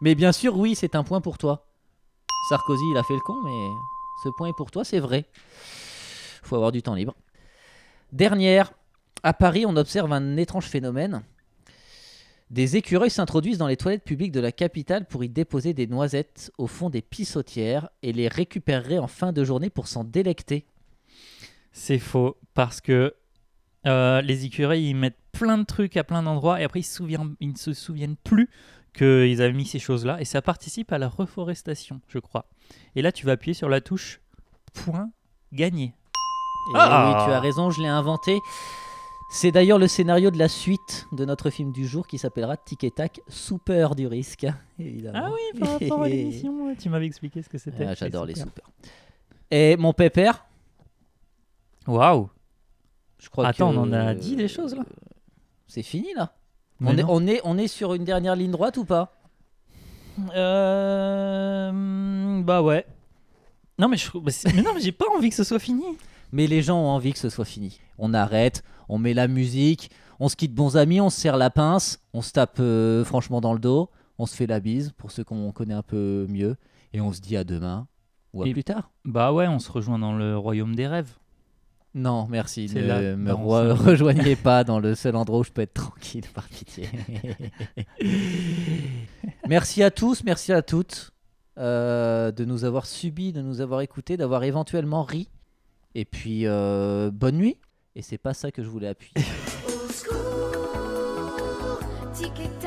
Speaker 3: Mais bien sûr, oui, c'est un point pour toi. Sarkozy, il a fait le con, mais ce point est pour toi, c'est vrai. Faut avoir du temps libre. Dernière, à Paris, on observe un étrange phénomène. Des écureuils s'introduisent dans les toilettes publiques de la capitale pour y déposer des noisettes au fond des pissotières et les récupéreraient en fin de journée pour s'en délecter.
Speaker 2: C'est faux parce que euh, les écureuils ils mettent plein de trucs à plein d'endroits et après ils, se souviennent- ils ne se souviennent plus qu'ils avaient mis ces choses-là et ça participe à la reforestation, je crois. Et là, tu vas appuyer sur la touche point gagné.
Speaker 3: Et
Speaker 2: Ah.
Speaker 3: Eh ben oui, tu as raison, je l'ai inventé. C'est d'ailleurs le scénario de la suite de notre film du jour qui s'appellera Tic et Tac, soupeur du risque, évidemment.
Speaker 2: Ah oui, par rapport à l'émission, ouais, tu m'avais expliqué ce que c'était.
Speaker 3: Ah, J'adore les
Speaker 2: soupeurs.
Speaker 3: soupeurs. Et mon pépère,
Speaker 2: Waouh
Speaker 3: je crois
Speaker 2: Attends,
Speaker 3: que-
Speaker 2: on en a dit des choses là
Speaker 3: C'est fini là
Speaker 2: Mais
Speaker 3: on est,
Speaker 2: non.
Speaker 3: on, est, on est sur une dernière ligne droite ou pas
Speaker 2: Euh. Bah ouais. Non, mais, je... bah, c'est- mais non, mais j'ai pas envie que ce soit fini.
Speaker 3: Mais les gens ont envie que ce soit fini. On arrête, on met la musique, on se quitte bons amis, on se serre la pince, on se tape euh, franchement dans le dos, on se fait la bise pour ceux qu'on connaît un peu mieux, et on se dit à demain ou à
Speaker 2: Et-
Speaker 3: plus tard.
Speaker 2: Bah ouais, on se rejoint dans le royaume des rêves.
Speaker 3: Non, merci.
Speaker 2: C'est
Speaker 3: Ne
Speaker 2: là,
Speaker 3: me
Speaker 2: dans
Speaker 3: re-
Speaker 2: cinq-
Speaker 3: rejoignez pas dans le seul endroit où je peux être tranquille, par pitié. merci à tous, merci à toutes euh, de nous avoir subis, de nous avoir écoutés, d'avoir éventuellement ri. Et puis, euh, bonne nuit. Et c'est pas ça que je voulais appuyer.
Speaker 4: Au secours, tic et